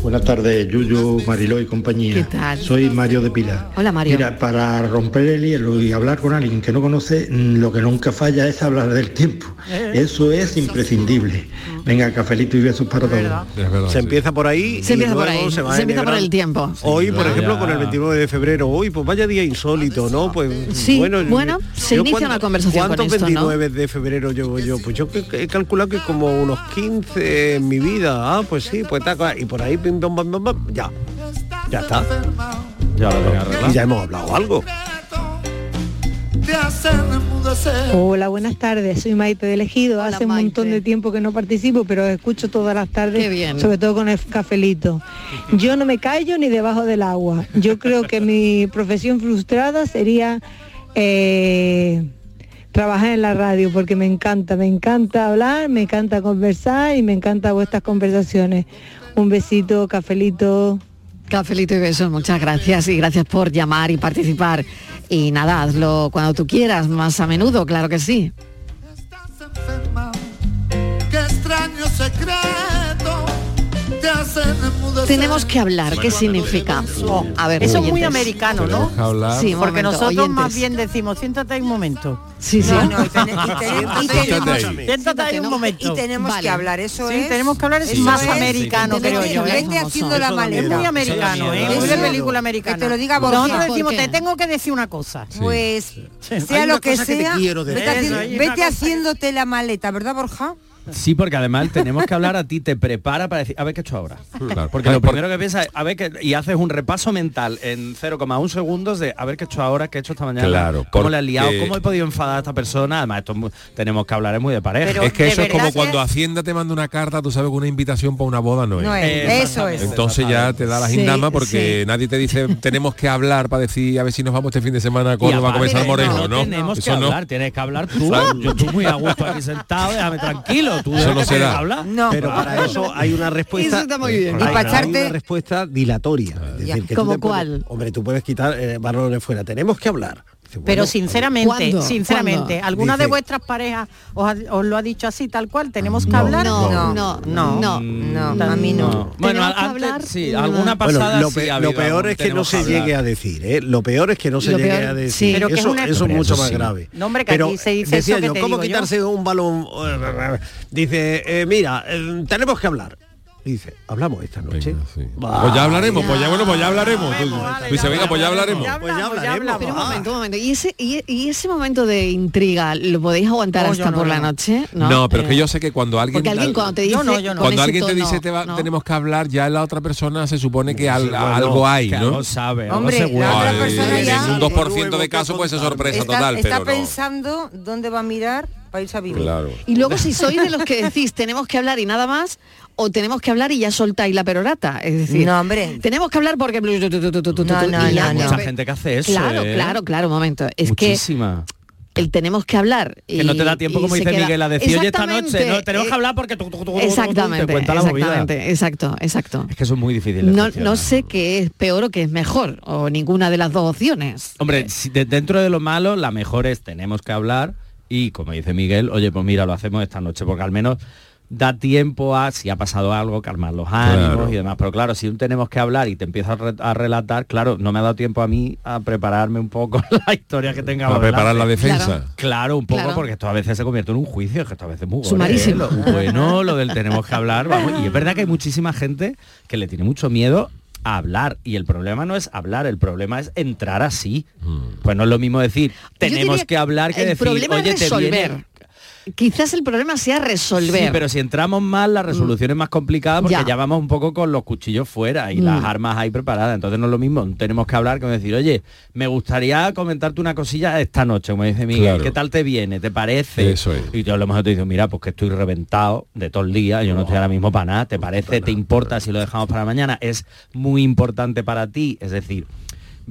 S14: Buenas tardes, Yuyu, Mariló y compañía.
S3: ¿Qué tal?
S14: Soy Mario de Pilar.
S3: Hola, Mario.
S14: Mira, para romper el hielo y hablar con alguien que no conoce, mm, lo que nunca falla es hablar del tiempo.
S3: Eh,
S14: Eso es imprescindible.
S3: Ah.
S14: Venga, cafelito y besos para todos.
S8: se empieza por ahí
S3: Se
S8: y
S3: empieza por
S8: luego
S3: ahí,
S8: se, va
S3: se empieza por
S8: enhebrando.
S3: el tiempo.
S8: hoy por
S3: Ah,
S8: ejemplo
S3: ya.
S8: con el 29 de febrero hoy pues vaya día insólito no pues
S3: Sí, bueno, se
S8: yo
S3: inicia
S8: cuánto-
S3: una conversación con
S8: cuántos
S3: esto, ¿no?
S8: 29 de febrero llevo yo pues yo que- que he calculado que como unos 15 en mi vida ah pues sí pues tal, y por ahí pim, pam, pam, pam, pam, ya ya está
S6: ya lo
S8: y ya hemos hablado algo
S13: Te hacen enmudecer.
S15: Hola, buenas tardes. Soy Maite de Elegido. Hace un montón de tiempo que no participo, pero os escucho todas las tardes,
S3: Qué bien.
S15: sobre todo con el cafelito. Yo no me callo ni debajo del agua. Yo creo que mi profesión frustrada sería eh, trabajar en la radio, porque me encanta, me encanta hablar, me encanta conversar y me encanta vuestras conversaciones. Un besito, cafelito.
S3: Cafelito y besos, muchas gracias y gracias por llamar y participar. Y nada, hazlo cuando tú quieras, más a menudo, claro que sí.
S13: Qué extraño secreto. Te hacen enmudecer.
S3: Tenemos que hablar, ¿qué significa? Oh, a ver,
S9: Eso es muy
S3: oyentes.
S9: americano, ¿no?
S7: Tenemos que hablar.
S3: Sí, un
S9: Porque
S3: momento,
S9: nosotros más
S3: oyentes.
S9: bien decimos, siéntate un momento.
S3: Sí, sí.
S10: No, y ten- y ten- y tenemos-
S9: Siéntate ahí un momento.
S10: Y tenemos que hablar, eso
S9: Sí,
S10: es.
S9: tenemos que hablar, es
S10: eso
S9: más americano,
S10: Vente-
S9: creo yo, ¿eh?
S10: Vente haciendo la
S9: Eso da miedo.
S10: maleta.
S9: Es muy americano, ¿eh? Muy de película americana.
S10: Que te lo diga Borja.
S9: Nosotros decimos, te tengo que decir una cosa.
S10: Pues
S9: Sí.
S10: sea
S9: Hay
S10: lo
S9: una
S10: que
S9: cosa que te
S10: sea,
S9: quiero
S10: vete,
S9: decir.
S10: haci-
S9: Eso, hay una
S10: vete
S9: cosa que-
S10: haciéndote la maleta, ¿verdad, Borja?
S6: Sí, porque además tenemos que hablar a ti, te prepara para decir, a ver qué he hecho ahora. Porque lo primero que piensas, es, a ver qué, y haces un repaso mental en 0,1 segundos de a ver qué he hecho ahora, qué he hecho esta mañana,
S7: Claro,
S6: cómo le he liado,
S7: porque-
S6: cómo he podido enfadar a esta persona. Además, esto es muy- tenemos que hablar, es muy de pareja.
S7: es que eso es como cuando Hacienda te manda una carta, tú sabes que una invitación para una boda no es.
S10: No
S6: Eh,
S10: es, eso es.
S7: Entonces ya te da la
S10: Sí,
S7: gindama porque nadie te dice tenemos que hablar para decir a ver si nos vamos este fin de semana a Córdoba a comenzar Moreno, ¿no?
S6: no tenemos que
S7: Eso no.
S6: hablar, tienes que hablar tú.
S8: Ah, pues
S6: Yo estoy muy a gusto aquí sentado, déjame tranquilo, tú
S7: Eso
S6: déjame
S7: no
S6: que
S7: se
S6: tengas
S7: da.
S6: que hablar.
S10: No.
S8: pero para eso hay una respuesta
S3: Eso está muy bien.
S8: hay-
S3: Y para
S8: hay
S3: echarte-
S8: una respuesta dilatoria es decir, que tú
S3: ¿Cómo
S8: te puedes-
S3: cuál?
S8: hombre tú puedes quitar eh, balones fuera tenemos que hablar Dice,
S9: Pero
S8: bueno,
S9: sinceramente,
S8: ¿cuándo?
S9: sinceramente,
S8: ¿Cuándo?
S9: ¿alguna de
S8: Dice,
S9: vuestras parejas os, ha- os lo ha dicho así, tal cual? ¿Tenemos que hablar?
S3: No, no, no, no,
S9: a mí no.
S6: Bueno,
S9: Tenemos que
S6: antes,
S9: hablar.
S6: sí, alguna
S8: Bueno,
S6: pasada
S8: lo,
S6: sí
S8: pe-
S6: ha
S8: lo
S6: habido
S8: peor
S6: algún
S8: es que no
S6: tenemos
S8: se
S6: hablar.
S8: llegue a decir, ¿eh? Lo peor es que no se
S6: Lo
S8: llegue
S6: peor,
S8: a decir.
S6: sí. Pero que es
S8: eso
S6: una-
S8: eso es
S6: Hombre,
S8: mucho
S6: eso
S8: más
S6: sí.
S8: grave.
S9: No, hombre, que
S8: Pero,
S9: aquí se dice
S8: decía
S9: eso que
S8: yo,
S9: te
S8: ¿cómo
S9: digo yo?
S8: quitarse un balón? Dice, eh, mira, eh, tenemos que hablar. Y dice, hablamos esta noche.
S7: Pues ya hablaremos, pues ya bueno, pues ya hablaremos. Dice, venga, pues ya hablaremos.
S8: Pues ya hablaremos.
S3: Pero un momento, un momento. ¿Y ese, y, y ese momento de intriga lo podéis aguantar hasta por la noche?
S7: No, pero es
S10: eh,
S7: que yo sé que cuando alguien,
S3: Porque alguien cuando te dice... con
S7: cuando
S3: ese
S7: alguien te
S3: tono,
S7: dice te va-
S3: ¿no?
S7: tenemos que hablar, ya la otra persona se supone que al-
S6: Sí, bueno,
S7: algo hay,
S6: que
S7: ¿no?
S6: algo sabe, algo Hombre,
S10: seguro. la otra persona
S7: Ay,
S10: ya-
S7: En un 2% de casos puede ser sorpresa
S10: está,
S7: total,
S10: está
S7: pero no.
S10: pensando dónde va a mirar para irse a vivir.
S7: Claro.
S3: Y luego si sois de los que decís tenemos que hablar y nada más, o tenemos que hablar y ya soltáis la perorata. Es decir,
S10: No, hombre.
S3: tenemos que hablar porque... No,
S10: No, no,
S6: Hay
S3: y ya,
S6: mucha
S3: no.
S6: gente que hace eso.
S3: Claro,
S6: ¿eh?
S3: claro, claro, un momento. Es que
S6: Muchísima.
S3: el tenemos que hablar. Y,
S6: Que no te da tiempo,
S3: y
S6: como
S3: se
S6: dice
S3: queda-
S6: Miguel, a decir, oye, esta noche,
S3: Exactamente,
S6: ¿no? tenemos que
S3: eh,
S6: hablar porque... tú, tú, tú, tú, tú, tú,
S3: Exactamente,
S6: te cuenta la movida.
S3: exactamente, exacto, exacto.
S6: Es que eso es muy difícil. de
S3: No,
S6: gestionar.
S3: no sé qué es peor o qué es mejor, o ninguna de las dos opciones.
S6: Hombre, si de- dentro de lo malo, la mejor es tenemos que hablar y como dice Miguel, oye, pues mira, lo hacemos esta noche, porque al menos da tiempo a, si ha pasado algo, calmar los ánimos
S12: Claro.
S6: y demás. Pero claro, si un tenemos que hablar y te empiezas a, re- a relatar, claro, no me ha dado tiempo a mí a prepararme un poco la historia que tengamos.
S7: Para preparar
S6: delante.
S7: la defensa. Claro.
S6: Claro, un poco,
S7: Claro.
S6: porque esto a veces se convierte en un juicio, es que esto a veces es muy gore, ¿eh?
S3: Sumarísimo.
S6: Lo- Bueno, lo del tenemos que hablar, vamos. Y es verdad que hay muchísima gente que le tiene mucho miedo a hablar. Y el problema no es hablar, el problema es entrar así. Pues no es lo mismo decir, tenemos
S3: diría
S6: que hablar que
S3: el
S6: decir,
S3: problema es
S6: oye, te viene...
S3: resolver. Quizás el problema sea resolver.
S6: Sí, pero si entramos mal, la resolución es más complicada porque
S3: Mm. Ya.
S6: ya. vamos un poco con los cuchillos fuera y
S3: Mm.
S6: las armas ahí preparadas. Entonces no es lo mismo. Tenemos que hablar con decir, oye, me gustaría comentarte una cosilla esta noche, como dice Miguel,
S7: Claro.
S6: ¿qué tal te viene? ¿Te parece?
S7: Eso es.
S6: Y yo a lo mejor te digo, mira, pues que estoy reventado de todo el día, yo no estoy ahora mismo para nada, ¿te
S7: Pues
S6: parece? ¿Te importa si lo dejamos para mañana? Es muy importante para ti, es decir...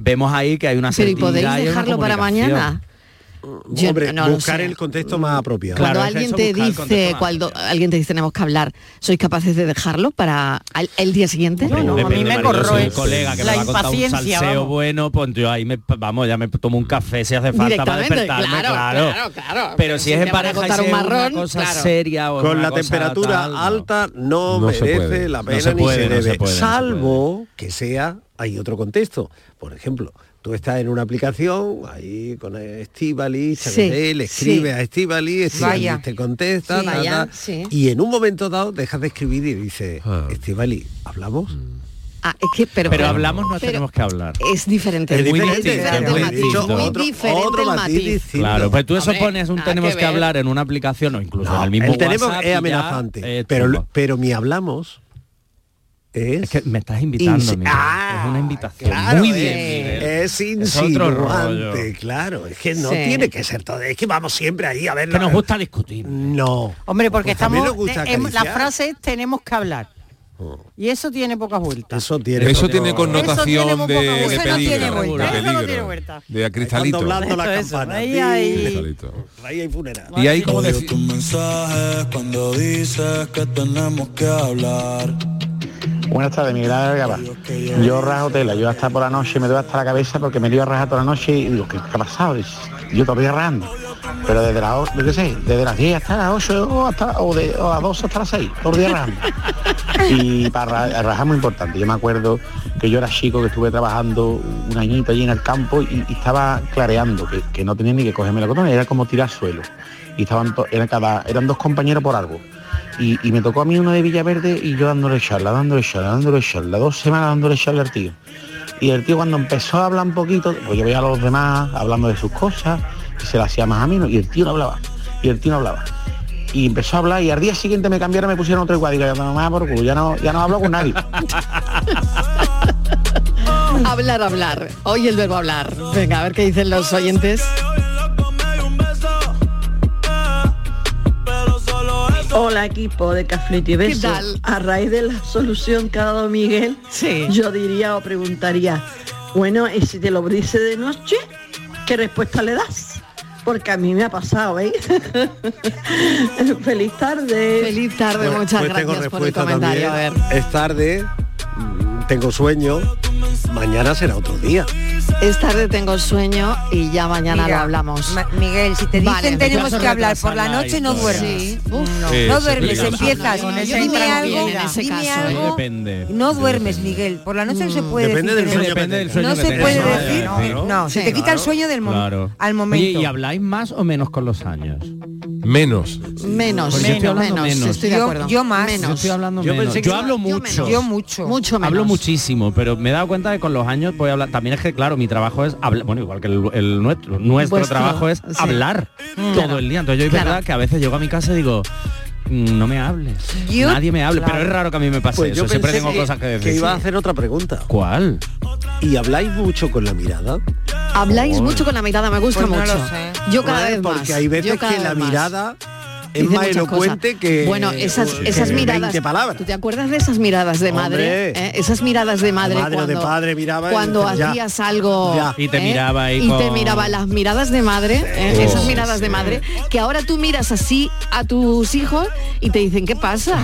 S6: Vemos ahí que hay una
S3: Pero ¿y
S6: seriedad
S3: podéis
S6: hay una
S3: dejarlo para
S6: comunicación.
S3: mañana? Yo
S8: Hombre,
S3: no lo
S8: buscar
S3: sé.
S8: el contexto más apropiado.
S3: Cuando alguien te dice, cuando alguien te dice tenemos que hablar, ¿sois capaces de dejarlo para al- el día siguiente?
S6: Depende,
S9: me
S6: Mariló,
S9: corroe
S6: si un colega que
S9: la
S6: me va a contar un
S9: impaciencia,
S6: salseo
S9: vamos.
S6: bueno, pues yo ahí me, vamos, ya me tomo un café si hace falta para
S9: Directamente,
S6: despertarme,
S9: claro,
S6: claro.
S9: claro, claro.
S6: Pero,
S9: Pero
S6: si
S9: si
S6: es
S9: te
S6: en
S9: van a
S6: pareja y
S9: contar
S6: si
S9: un
S6: es una
S9: marrón,
S6: cosa
S9: claro.
S6: seria o
S8: Con
S6: una
S8: la
S6: cosa
S8: temperatura
S6: tal, no.
S8: alta no,
S6: No se
S8: merece
S6: puede.
S8: la
S6: No
S8: pena
S6: se puede,
S8: ni se
S6: no
S8: debe.
S6: se puede, no se
S8: salvo que sea, hay otro contexto. Por ejemplo, tú estás en una aplicación, ahí con Estivali, le
S6: sí.
S8: escribe a Estivali, Estivali
S6: Vaya.
S8: te contesta,
S6: Sí.
S8: ta, ta,
S6: Vaya, sí.
S8: y en un momento dado dejas de escribir y dices,
S6: Ah.
S8: Estivali, ¿hablamos?
S3: Ah, es que, pero,
S6: Pero hablamos, no tenemos que hablar.
S3: Es diferente.
S6: Es
S3: muy
S6: diferente,
S3: diferente
S6: muy
S3: el matiz,
S6: distinto.
S3: muy
S6: Otro-
S3: diferente
S8: otro
S3: el
S8: matiz
S3: matiz.
S8: distinto.
S6: Claro, pues tú eso
S8: Hombre,
S6: pones un
S8: nada
S6: tenemos
S8: que
S6: que,
S8: ver.
S6: hablar en una aplicación o incluso en el mismo
S8: El tenemos
S6: WhatsApp y
S8: es
S6: ya,
S8: amenazante,
S6: eh,
S8: pero, pero mi hablamos es...
S6: que me estás invitando,
S8: Insi-
S6: Miguel.
S8: Ah,
S6: es una invitación.
S8: Claro,
S9: eh.
S6: Muy
S8: es-
S6: bien, Miguel.
S8: Es
S6: Es otro rollo.
S8: insinuante, claro. Es que no
S6: Sí.
S8: tiene que ser todo. Es que vamos siempre ahí a ver.
S6: Que nos gusta discutir.
S8: No.
S9: Hombre, porque
S8: Pues a mí
S9: estamos...
S8: nos gusta
S9: de- em- la
S8: acariciar.
S9: frase es tenemos que hablar. Y eso tiene pocas vueltas.
S8: Eso tiene,
S7: Eso tiene
S9: Eso tiene
S7: connotación de,
S9: poca
S7: de
S9: vuelta. Eso no tiene
S7: peligro,
S9: vuelta.
S7: de
S9: Eso no tiene
S7: peligro,
S9: vuelta.
S7: de a
S8: Están
S7: cristalito.
S8: doblando la
S9: Eso,
S8: campana.
S9: ahí, ahí.
S7: Cristalito.
S8: Ahí hay funeral.
S7: Y ahí como
S16: Odio
S7: decir,
S16: tus mensajes cuando dices que tenemos que hablar.
S17: Buenas tardes, Miguel Ángel Gaba. Yo rajo tela, yo hasta por la noche me duele hasta la cabeza porque me dio a rajar toda la noche y digo, ¿qué, qué ha pasado? Dice, Yo todavía rajando. Pero desde las, o- yo qué sé, desde las 10 hasta las 8 o, hasta, o de o las 12 hasta las 6, todo el día rajando. Y para ra- rajar muy importante. Yo me acuerdo que yo era chico, que estuve trabajando un añito allí en el campo y, y estaba clareando, que, que no tenía ni que cogerme la cotona, era como tirar suelo. Y estaban to- era cada, eran dos compañeros por algo. Y, y me tocó a mí uno de Villaverde y yo dándole charla, dándole charla, dándole charla, dos semanas dándole charla al tío. Y el tío cuando empezó a hablar un poquito, pues yo veía a los demás hablando de sus cosas, y se las hacía más a mí, y el tío no hablaba, y el tío no hablaba. Y empezó a hablar y al día siguiente me cambiaron, me pusieron otro igual, digo, ya no, más por culo, ya no, ya no hablo con nadie.
S3: Hablar, hablar. Hoy el verbo hablar. Venga, a ver qué dicen los oyentes.
S18: Hola equipo de Caflito y Beso. A raíz de la solución que ha dado Miguel, yo diría o preguntaría, bueno, ¿y si te lo dice de noche? ¿Qué respuesta le das? Porque a mí me ha pasado, ¿eh? Feliz tarde.
S3: Feliz tarde,
S8: Pues-
S3: muchas
S8: pues tengo
S3: gracias por el
S8: respuesta
S3: comentario. A
S8: también.
S3: ver.
S8: Es tarde, mm, tengo sueño, mañana será otro día.
S3: Es ¿eh? tarde, tengo sueño y ya mañana
S10: Mira,
S3: lo hablamos.
S10: Miguel, si te dicen tenemos que hablar por la
S3: retrasada
S10: noche, no
S3: y todo.
S10: duermes.
S3: Sí.
S10: No,
S3: Sí,
S10: no
S3: eso es
S10: duermes,
S3: peligroso.
S10: empiezas.
S3: No, no, yo
S10: dime
S3: también
S10: algo,
S3: en ese
S10: dime
S3: caso,
S10: algo.
S3: ¿eh?
S6: Depende.
S10: No duermes, Miguel. Por la noche no se puede
S6: Mm. Depende
S10: decir
S6: del
S10: que no
S6: sueño que
S10: duermes.
S6: tengas.
S10: No
S6: Depende
S10: se
S6: del
S10: puede
S6: sueño que
S10: decir.
S6: tengas, ¿no?
S10: No, se
S6: Sí.
S10: te quita el
S6: Claro.
S10: sueño del momento.
S6: Claro.
S10: Al
S6: Oye,
S10: momento.
S6: ¿y habláis más o menos con los años?
S7: Menos.
S3: Menos,
S7: Pues yo estoy
S3: menos,
S7: hablando
S3: menos,
S7: menos.
S3: Estoy de
S10: Yo-
S3: acuerdo.
S10: yo más.
S3: Menos.
S10: Yo estoy
S6: hablando menos. Yo hablo mucho.
S3: Yo mucho. Mucho menos.
S6: Hablo muchísimo, pero me he dado cuenta de que con los años voy a hablar. También es que, claro, mi trabajo es hablar, bueno, igual que el, el nuestro, nuestro
S3: Vuestro,
S6: trabajo es
S3: sí.
S6: hablar
S3: Mm.
S6: todo
S3: Claro.
S6: el día. Entonces yo es
S3: Claro.
S6: verdad que a veces llego a mi casa y digo, "Mm, no me hables.
S8: Yo-
S6: Nadie me hable,
S8: Claro.
S6: pero es raro que a mí me pase
S8: Pues
S6: eso.
S8: yo
S6: Siempre
S8: pensé
S6: tengo
S8: que-
S6: cosas que decir.
S8: que iba a hacer otra pregunta.
S6: ¿Cuál?
S8: ¿Y habláis mucho con la mirada?
S3: Habláis
S8: Joder.
S3: mucho con la mirada, me gusta
S8: Pues no
S3: mucho.
S8: lo sé.
S3: Yo cada
S8: Joder,
S3: vez más.
S8: porque hay veces
S3: yo cada
S8: que la
S3: vez más.
S8: mirada es
S3: Dice
S8: más
S3: muchas
S8: elocuente
S3: cosas.
S8: que- uh, eh,
S3: Bueno, esas,
S8: que
S3: esas
S8: 20
S3: miradas.
S8: palabras.
S3: ¿Tú te acuerdas de esas miradas de madre?
S8: Hombre.
S3: ¿Eh? Esas miradas de madre,
S8: De madre o de
S3: cuando,
S8: padre miraba y
S3: cuando
S8: decía, ya.
S3: hacías algo
S6: Ya. Y te
S3: ¿eh?
S6: miraba ahí
S3: y te
S6: con-
S3: miraba las miradas de madre, ¿eh?
S6: Oh,
S3: esas
S6: sí,
S3: miradas de madre que ahora tú miras así a tus hijos y te dicen qué pasa.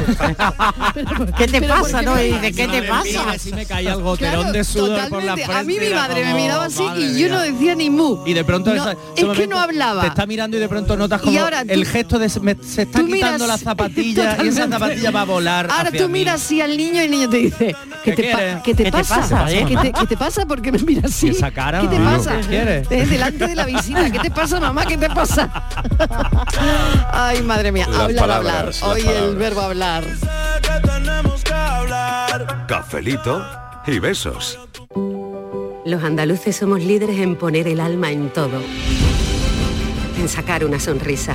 S19: ¿Qué te
S3: Pero ¿por
S19: pasa,
S3: qué
S19: no?
S3: me
S19: Y dice,
S3: miras?
S19: ¿qué te
S3: Madre
S19: pasa?
S3: mía,
S6: Así me caía el goterón
S3: Claro,
S6: de sudor por la
S3: totalmente.
S6: frente.
S3: A mí mi
S6: era
S3: madre me
S6: como,
S3: miraba así
S6: madre
S3: y yo
S6: mía.
S3: no decía ni mu.
S6: Y de pronto
S3: No,
S6: esa-
S3: es
S6: ese
S3: que
S6: momento
S3: no hablaba.
S6: Te está mirando y de pronto notas
S3: Y
S6: como
S3: ahora tú-
S6: el gesto de se, me- se está
S3: Tú
S6: quitando
S3: miras-
S6: la zapatilla y esa
S3: Totalmente.
S6: zapatilla va a volar.
S3: Ahora
S6: hacia
S3: tú
S6: mí.
S3: miras así al niño y el niño te dice, ¿qué,
S6: ¿Qué
S3: te, pa-
S6: quieres?
S3: qué te
S6: ¿Qué te
S3: pasa?
S6: pasa, eh?
S3: ¿Qué, te, qué te pasa? ¿Por qué me miras así?
S6: Y esa cara,
S3: ¿Qué te
S6: mamá,
S3: pasa?
S6: ¿qué quieres?
S3: Eh, Delante de la visita, ¿qué te pasa, mamá? ¿Qué te pasa? Ay, madre mía,
S20: Las
S3: hablar,
S20: palabras, las
S3: hablar. Hoy el
S20: palabras.
S3: verbo hablar.
S20: Cafelito y besos.
S21: Los andaluces somos líderes en poner el alma en todo, en sacar una sonrisa,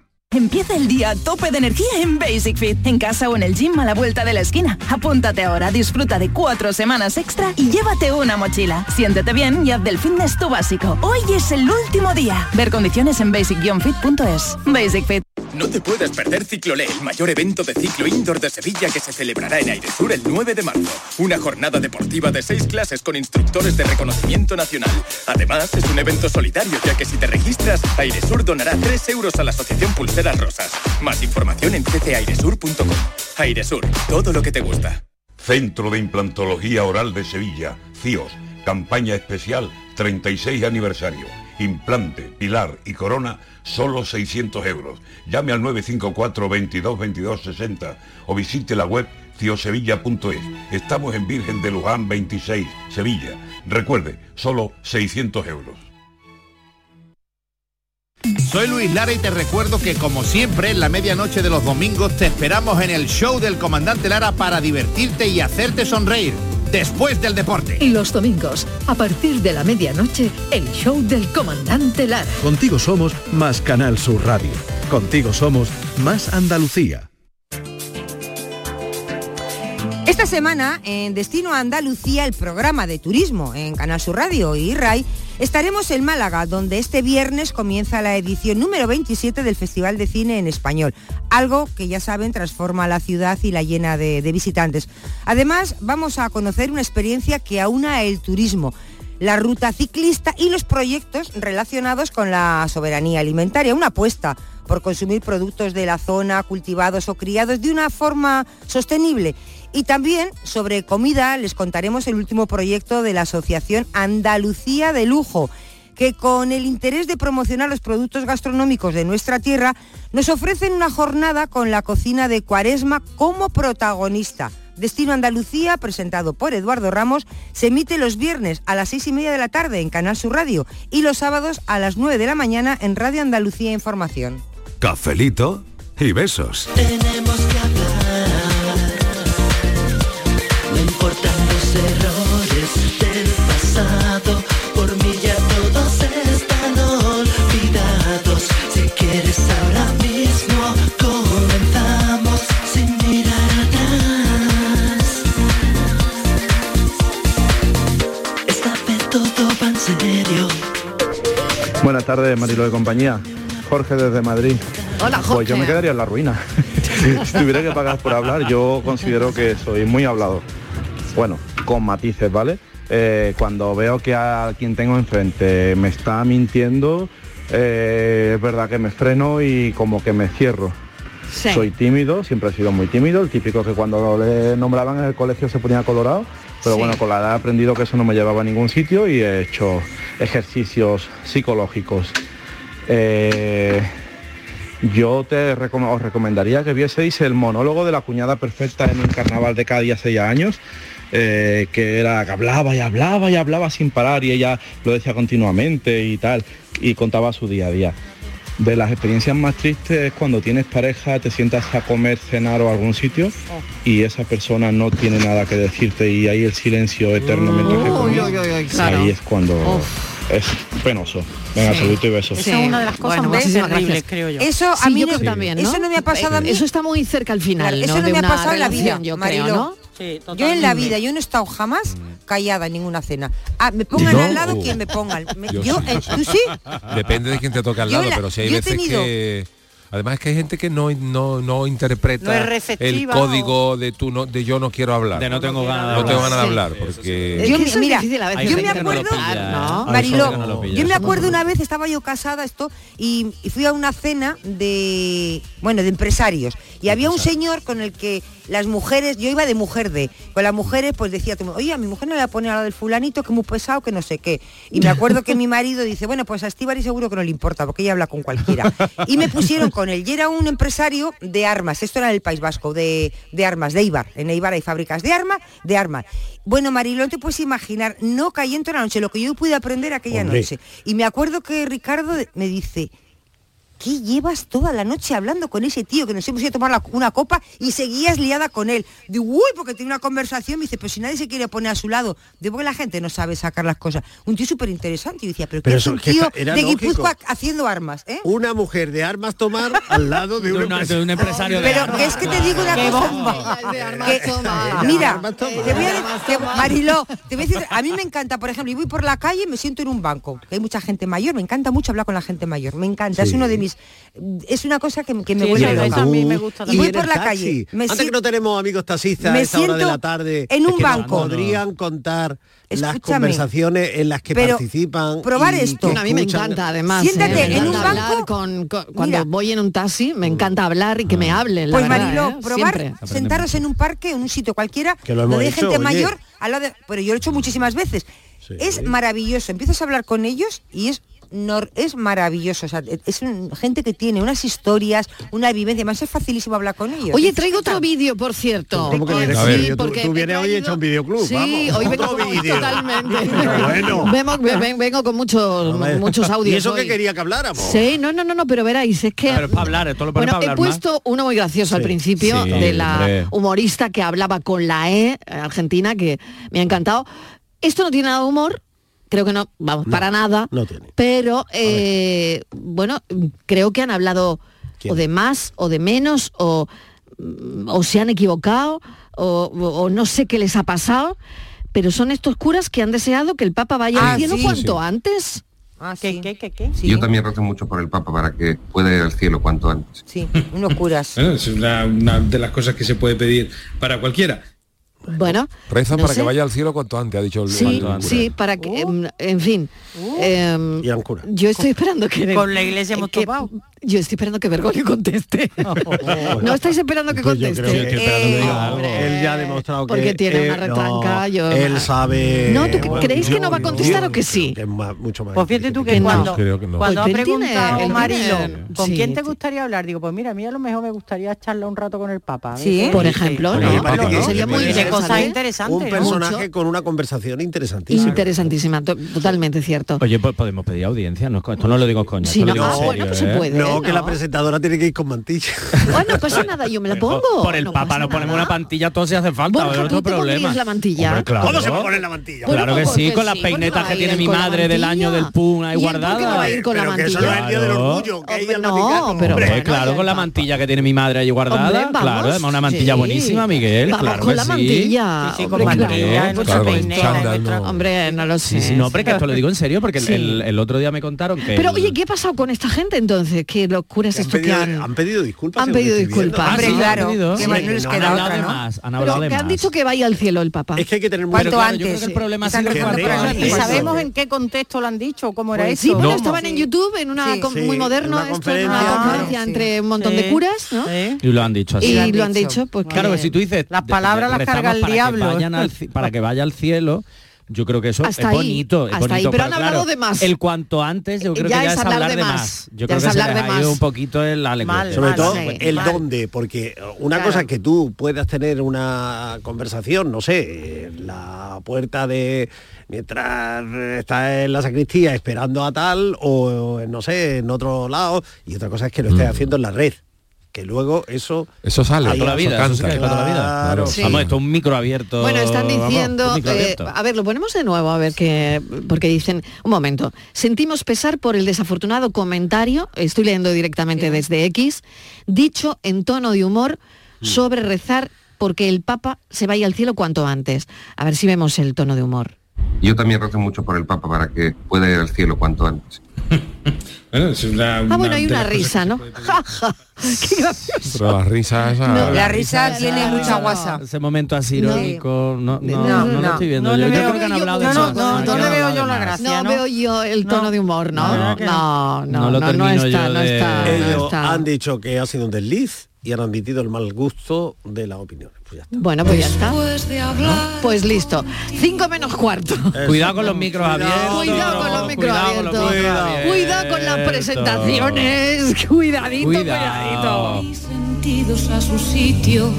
S22: Empieza el día a tope de energía en Basic Fit, en casa o en el gym a la vuelta de la esquina. Apúntate ahora, disfruta de cuatro semanas extra y llévate una mochila. Siéntete bien y haz del fitness tu básico. Hoy es el último día. Ver condiciones en basic-fit.es. Basic Fit.
S18: No te puedes perder Ciclolé, el mayor evento de ciclo indoor de Sevilla que se celebrará en Airesur el 9 de marzo. Una jornada deportiva de seis clases con instructores de reconocimiento nacional. Además, es un evento solitario ya que si te registras, Airesur donará 3 euros a la Asociación Pulseras Rosas. Más información en ccairesur.com. Airesur, todo lo que te gusta.
S23: Centro de Implantología Oral de Sevilla, CIOS, campaña especial 36 aniversario. Implante, pilar y corona, solo 600 euros. Llame al 954 22 22 60 o visite la web ciosevilla.es. Estamos en Virgen de Luján 26, Sevilla. Recuerde, solo 600 euros.
S17: Soy Luis Lara y te recuerdo que como siempre en la medianoche de los domingos te esperamos en el show del comandante Lara para divertirte y hacerte sonreír después del deporte.
S24: Los domingos, a partir de la medianoche, el show del comandante Lara.
S25: Contigo somos más Canal Sur Radio. Contigo somos más Andalucía.
S10: Esta semana en Destino a Andalucía, el programa de turismo en Canal Sur Radio y RAI, estaremos en Málaga, donde este viernes comienza la edición número 27 del Festival de Cine en Español, algo que ya saben transforma la ciudad y la llena de, de visitantes. Además, vamos a conocer una experiencia que aúna el turismo la ruta ciclista y los proyectos relacionados con la soberanía alimentaria, una apuesta por consumir productos de la zona, cultivados o criados de una forma sostenible. Y también sobre comida les contaremos el último proyecto de la Asociación Andalucía de Lujo, que con el interés de promocionar los productos gastronómicos de nuestra tierra, nos ofrecen una jornada con la cocina de Cuaresma como protagonista. Destino Andalucía, presentado por Eduardo Ramos, se emite los viernes a las seis y media de la tarde en Canal Sur Radio y los sábados a las 9 de la mañana en Radio Andalucía Información.
S20: Cafelito y besos.
S15: Tenemos que hablar. No importan los errores del pasado, por mí ya todos están olvidados. Si quieres ahora mismo comenzamos sin mirar atrás. Esta vez todo va en serio.
S25: Buenas
S2: tardes, Marilo de compañía. Jorge desde Madrid.
S3: Hola, Jorge.
S2: Pues yo me quedaría en la ruina. si tuviera que pagar por hablar, yo considero que soy muy hablado. Bueno, con matices, ¿vale? Eh, cuando veo que a quien tengo enfrente me está mintiendo, eh, es verdad que me freno y como que me cierro.
S3: Sí.
S2: Soy tímido, siempre he sido muy tímido, el típico que cuando le nombraban en el colegio se ponía colorado, pero
S3: Sí.
S2: bueno, con la edad he aprendido que eso no me llevaba a ningún sitio y he hecho ejercicios psicológicos. Eh, yo te recom- os recomendaría que vieseis el monólogo de la cuñada perfecta en un carnaval de Cádiz hace ya años, eh, que era que hablaba y hablaba y hablaba sin parar y ella lo decía continuamente y tal, y contaba su día a día. De las experiencias más tristes es cuando tienes pareja, te sientas a comer, cenar o a algún sitio
S3: Oh.
S2: y esa persona no tiene nada que decirte y ahí el silencio eterno mientras que
S3: Uy,
S2: comes.
S3: uy, uy, uy, claro.
S2: Ahí es cuando
S3: Uf.
S2: es penoso. Venga,
S3: Sí.
S2: saludito y besos.
S9: Esa es una de las cosas
S3: Bueno,
S9: más
S3: muchísimas
S9: terribles,
S3: gracias.
S9: creo yo.
S10: Eso a
S3: Sí,
S10: mí
S3: yo
S10: no-
S3: creo también, ¿no?
S10: eso no me ha pasado a mí.
S3: Eso está muy cerca al final,
S10: Claro, eso
S3: ¿no?
S10: no
S3: De
S10: me ha
S3: una
S10: pasado en la vida,
S3: relación, yo
S10: Mariló.
S3: creo, ¿no? Mm.
S10: yo en la
S3: totalmente.
S10: vida, yo no he estado jamás callada en ninguna cena. Ah, me pongan
S7: Yo,
S10: al lado
S7: oh.
S10: quien me pongan. Me-
S7: Yo
S10: yo,
S7: sí,
S10: eh,
S7: yo
S10: ¿Tú
S7: sí.
S10: sí?
S7: Depende de quién te toca al
S10: Yo
S7: lado,
S10: la-
S7: pero si hay
S10: yo he
S7: veces
S10: tenido-
S7: que. Además es que hay gente que no, no, no
S9: No es
S7: interpreta el
S9: receptiva
S7: código de tú no, de yo no quiero hablar.
S6: De no tengo ganas de
S7: No tengo
S6: hablar.
S7: ganas de
S6: Sí.
S7: hablar.
S6: Sí,
S7: Porque.
S10: Es
S3: Yo
S10: que,
S3: eso es
S10: mira,
S3: difícil a veces,
S10: yo
S3: hay
S10: me
S3: gente que no lo
S10: acuerdo,
S3: pilla, ¿no?
S7: Hay gente
S10: Ah, Mariló,
S7: que no lo pilla.
S10: yo me acuerdo una vez, estaba yo casada, esto, y, y fui a una cena de, bueno, de empresarios, y había un señor con el que las mujeres, yo iba de mujer de, con las mujeres pues decía, todo el mundo, oye, a mi mujer no le voy a poner a la del fulanito, que es muy pesado, que no sé qué, y me acuerdo que mi marido dice, bueno, pues a Estíbari seguro que no le importa, porque ella habla con cualquiera, y me pusieron con él, y era un empresario de armas, esto era en el País Vasco, de, de armas, de Ibar, en Ibar hay fábricas de armas, de armas. Bueno, Marilón, te puedes imaginar, no caí en toda la noche, lo que yo pude aprender aquella
S8: Hombre.
S10: noche. Y me acuerdo que Ricardo de- me dice, ¿qué llevas toda la noche hablando con ese tío que nos hemos ido a tomar la- una copa y seguías liada con él? Digo, uy, porque tiene una conversación, me dice, pero si nadie se quiere poner a su lado, digo que la gente no sabe sacar las cosas. Un tío súper interesante, yo decía, pero, ¿qué
S8: Pero
S10: hace
S8: eso
S10: un
S8: que
S10: tío
S8: está- era
S10: de
S8: lógico.
S10: Guipúzcoa haciendo armas, ¿eh?
S8: Una mujer de armas tomar al lado de, un, empresa-
S10: Pero que es que te digo una
S8: Qué
S10: cosa.
S8: bomba.
S10: que-
S8: armas toma.
S10: mira,
S8: Armas
S10: te
S8: toma.
S10: voy a
S8: Armas
S10: decir,
S8: toma.
S10: Mariló, te voy a decir, a mí me encanta, por ejemplo, y voy por la calle y me siento en un banco, que hay mucha gente mayor, me encanta mucho hablar con la gente mayor, me encanta, es
S8: Sí.
S10: uno de mis, es una cosa que, que me
S8: Y
S10: vuelve
S8: en el
S10: loca. Uh,
S8: autobús,
S10: y voy
S8: en
S10: por
S8: el
S10: la
S8: Uh, taxi.
S10: calle, me
S8: Antes que
S10: siento-
S8: no tenemos amigos taxistas a
S10: me
S8: esa hora de
S10: siento
S8: la tarde.
S10: en un
S8: que nos
S10: banco.
S8: Podrían contar las
S10: Escúchame.
S8: conversaciones en las que
S10: Pero
S8: participan.
S10: probar
S8: y
S10: esto.
S8: que
S10: Bueno, a mí me
S8: escuchan.
S10: encanta,
S3: Además, eh,
S10: Siéntate
S3: me
S10: en
S3: encanta
S10: un banco.
S3: hablar con- con- cuando
S10: Mira. Mm.
S3: voy en un taxi, me encanta hablar y que me hablen. la
S10: Pues
S3: verdad,
S10: Mariló,
S3: ¿eh?
S10: probar,
S3: Siempre.
S10: sentaros en un parque, en un sitio cualquiera,
S3: Que lo hemos
S10: donde hay
S3: hecho,
S10: gente
S3: oye.
S10: mayor, al lado de- pero yo lo he hecho muchísimas veces. Es maravilloso, empiezas a hablar con ellos y es nor- es maravilloso, o sea, es un- gente que tiene unas historias, una vivencia, además es facilísimo hablar con ellos.
S3: Oye, traigo otro vídeo, por cierto.
S10: ¿Cómo que
S3: Sí,
S10: vienes?
S8: A ver, tú-
S3: porque
S8: tú
S3: he
S8: vienes hoy
S3: traído-
S8: hecho un videoclub,
S3: Sí,
S8: vamos.
S3: hoy vengo
S8: Otro
S3: con-
S8: vídeo.
S3: totalmente.
S8: Pero bueno.
S3: Vengo, ve- ve- vengo con muchos,
S8: ver.
S3: muchos audios.
S8: ¿Y eso
S3: hoy.
S8: que quería que habláramos?
S3: Sí, no, no, no, no, pero veréis, es que.
S6: Pero es para hablar, esto lo ponen
S3: Bueno,
S6: para
S3: he
S6: hablar más.
S3: puesto uno muy gracioso al
S6: Sí.
S3: principio
S6: Sí,
S3: de la
S6: hombre.
S3: humorista que hablaba con la E eh, argentina, que me ha encantado. Esto no tiene nada de humor, creo que no, vamos, para nada.
S8: No tiene.
S3: Pero, eh, bueno, creo que han hablado o de más o de menos o, mm, o se han equivocado o, o- o no sé qué les ha pasado, pero son estos curas que han deseado que el Papa vaya
S10: Ah,
S3: al cielo
S10: sí.
S3: cuanto
S10: Sí.
S3: antes.
S10: ¿Qué, qué, qué, qué? Sí,
S4: Yo también rezo mucho por el Papa para que pueda ir al cielo cuanto antes.
S10: sí, unos curas.
S4: Bueno, es una, una de las cosas que se puede pedir para cualquiera.
S3: Bueno,
S7: Reza
S3: no
S7: para que
S3: sé.
S7: vaya al cielo cuanto antes, ha dicho el
S3: Sí,
S7: el cura.
S3: sí, para que,
S10: Uh.
S3: em, en fin. em, yo estoy esperando que...
S9: Con la iglesia hemos
S3: que- Yo estoy esperando que Bergoglio conteste. no estáis esperando que
S8: Pues yo
S3: conteste.
S8: creo que-
S3: Eh,
S8: Él ya ha demostrado que...
S3: porque tiene una
S8: eh, no,
S3: retranca. yo-
S8: Él sabe...
S3: No, ¿tú
S8: Bueno,
S3: creéis que
S8: yo-
S3: no va a contestar
S8: yo
S3: o que sí?
S8: creo que es más- mucho más
S9: Pues fíjate tú que
S3: No.
S9: cuando,
S3: Creo que no.
S9: cuando
S3: Pues
S9: ha
S3: él tiene-
S9: preguntado
S3: él tiene-
S9: Marilo, ¿con
S3: sí,
S9: quién te
S3: tiene-
S9: gustaría hablar? Digo, pues mira, a mí a lo mejor me gustaría charlar un rato con el Papa. a ver
S3: Sí.
S9: qué
S3: Por
S9: dice.
S3: ejemplo,
S8: Oye,
S3: ¿no?
S8: parece que-
S3: Sería muy
S8: que-
S9: interesante. Cosas
S8: ¿eh? Un
S9: interesantes, ¿no?
S8: personaje
S9: Mucho.
S8: con una conversación interesantísima.
S3: Interesantísima, to- totalmente cierto.
S6: Oye, pues podemos pedir audiencia, no es co- esto no lo digo coña.
S3: Sí,
S6: esto lo
S3: no,
S6: digo en
S3: ah, bueno,
S6: serio,
S3: pues se
S6: ¿eh?
S3: puede,
S8: No, que la presentadora tiene que ir con mantilla.
S3: Bueno, no pasa nada, yo me la pongo.
S6: pues, Por el
S3: no
S6: Papa
S3: pasa
S6: nos ponemos
S3: nada.
S6: una pantilla, todo si hace falta,
S3: Borja,
S6: no hay
S3: ¿tú
S6: otro
S3: te pondrías
S6: problema.
S3: la mantilla?
S6: Hombre, claro.
S3: ¿Cómo se va a
S8: poner la mantilla?
S6: Claro que
S3: Bueno,
S6: sí,
S3: pues
S6: con las
S3: sí, ¿por qué
S6: peinetas
S3: va
S6: que
S3: a
S6: tiene
S3: ir
S6: mi
S3: con la
S6: madre del año del PUN ahí
S3: ¿Y él por qué
S6: guardada.
S3: no va a ir con la
S6: Pero que
S3: mantilla?
S6: eso no es el día del orgullo,
S3: No, pero
S6: Hombre,
S3: bueno,
S6: claro, con la mantilla que tiene mi madre ahí guardada,
S3: Hombre, vamos,
S6: claro, además una mantilla
S3: sí.
S6: buenísima, Miguel,
S3: Vamos
S6: claro
S3: con
S6: que
S3: la
S6: sí,
S3: mascarilla.
S9: Sí, sí, con
S3: hombre, claro,
S9: mascarilla, en
S3: por
S6: nuestra
S3: supuesto.
S6: peinera, en nuestra-
S3: Hombre, no lo sé.
S6: Sí, sí, no, hombre, que esto lo digo en serio porque el-
S3: Sí.
S6: el, el otro día me contaron que...
S3: Pero
S6: el-
S3: oye, ¿qué ha pasado con esta gente entonces? Que los curas estos que han...
S6: disculpas.
S3: han según pedido estoy viendo. disculpas. Hombre, claro, que
S6: han
S3: bueno, les queda
S6: hablado
S3: otra,
S6: de
S3: ¿no?
S6: más, han
S3: Pero
S6: hablado de
S3: que han
S6: más.
S3: dicho que vaya al cielo el Papa. Es
S8: que hay que tener
S6: mucho Cuanto cuidado. Yo creo antes, que el sí. problema Están siempre fue recordando antes.
S9: Y
S6: eso.
S9: sabemos en qué contexto lo han dicho, cómo era
S3: Pues
S9: eso.
S3: sí, bueno, estaban en YouTube en una con-
S9: Sí,
S3: muy moderno,
S9: en una
S3: esto en una
S9: conferencia,
S3: conferencia entre un montón de
S9: Sí,
S3: curas, ¿no?
S6: Y lo han dicho así.
S3: Y lo han dicho, pues
S6: claro,
S3: que-
S6: que si tú dices... Las
S3: palabras las carga el diablo.
S6: para que vaya al cielo... Yo creo que eso
S3: Hasta
S6: es
S3: ahí,
S6: bonito. es
S3: hasta ahí,
S6: bonito,
S3: pero han hablado
S6: claro,
S3: de más.
S6: El cuanto antes, yo creo
S3: Ya
S6: que
S3: es
S6: ya es
S3: hablar
S6: hablar
S3: de
S6: de
S3: más.
S6: más. Yo
S3: Ya
S6: creo
S3: es
S6: que se les
S3: hablar de
S6: ha
S3: más.
S6: ido un poquito en la lengua.
S8: Sobre todo el dónde, porque una
S6: Claro.
S8: cosa es que tú puedas tener una conversación, no sé, en la puerta de mientras está en la sacristía esperando a tal o no sé, en otro lado, y otra cosa es que lo estés haciendo en la red, que luego eso
S7: Eso sale,
S8: Ahí
S6: Mm. toda la
S8: eso
S6: vida,
S8: canta.
S6: eso se queda toda la vida.
S8: Claro,
S6: Claro.
S8: sí.
S6: Vamos, esto es un micro abierto.
S3: Bueno, están
S6: vamos,
S3: diciendo,
S6: un micro
S3: eh,
S6: abierto.
S3: a ver, lo ponemos de nuevo, a ver que porque dicen, un momento, sentimos pesar por el desafortunado comentario, estoy leyendo directamente desde X, dicho en tono de humor sobre rezar porque el Papa se vaya al cielo cuanto antes. A ver si vemos el tono de humor.
S11: Yo también rezo mucho por el Papa para que pueda ir al cielo cuanto antes.
S4: Bueno, es una,
S3: Ah, bueno, hay
S4: de
S3: una
S4: las cosas-
S3: risa, ¿no? Ja, ja. Qué gracioso.
S7: Pero la risa esa-
S6: ah,
S3: No, la
S10: risa tiene mucha guasa.
S6: Ese momento así irónico, no, no,
S10: No,
S6: no, lo
S10: no.
S6: estoy viendo.
S10: No
S6: yo
S10: le
S6: yo
S10: veo-
S6: creo que han
S10: yo-
S6: hablado de
S10: no, no,
S6: más.
S10: no,
S6: Yo
S10: no
S6: creo
S10: le
S6: que
S10: veo
S6: han
S10: yo
S6: hablado
S10: la
S6: de más.
S10: gracia,
S3: No, veo yo el tono de humor, ¿no? No, no, no, no, no
S6: lo termino
S3: está,
S6: yo
S3: no
S6: de- ah,
S3: está, no
S8: ellos
S3: está.
S8: han dicho que ha sido un desliz y han admitido el mal gusto de las opiniones. Pues ya está.
S3: Bueno, pues ya está. Pues listo. Cinco menos cuarto.
S6: Cuidado con los micros abiertos.
S3: Cuidado con los micros
S6: cuidado con los
S3: abiertos.
S6: micros
S3: Cuidado. Cuidado con las
S6: abiertos.
S3: presentaciones. Cuidadito,
S6: Cuidado.
S13: Sentidos a su sitio.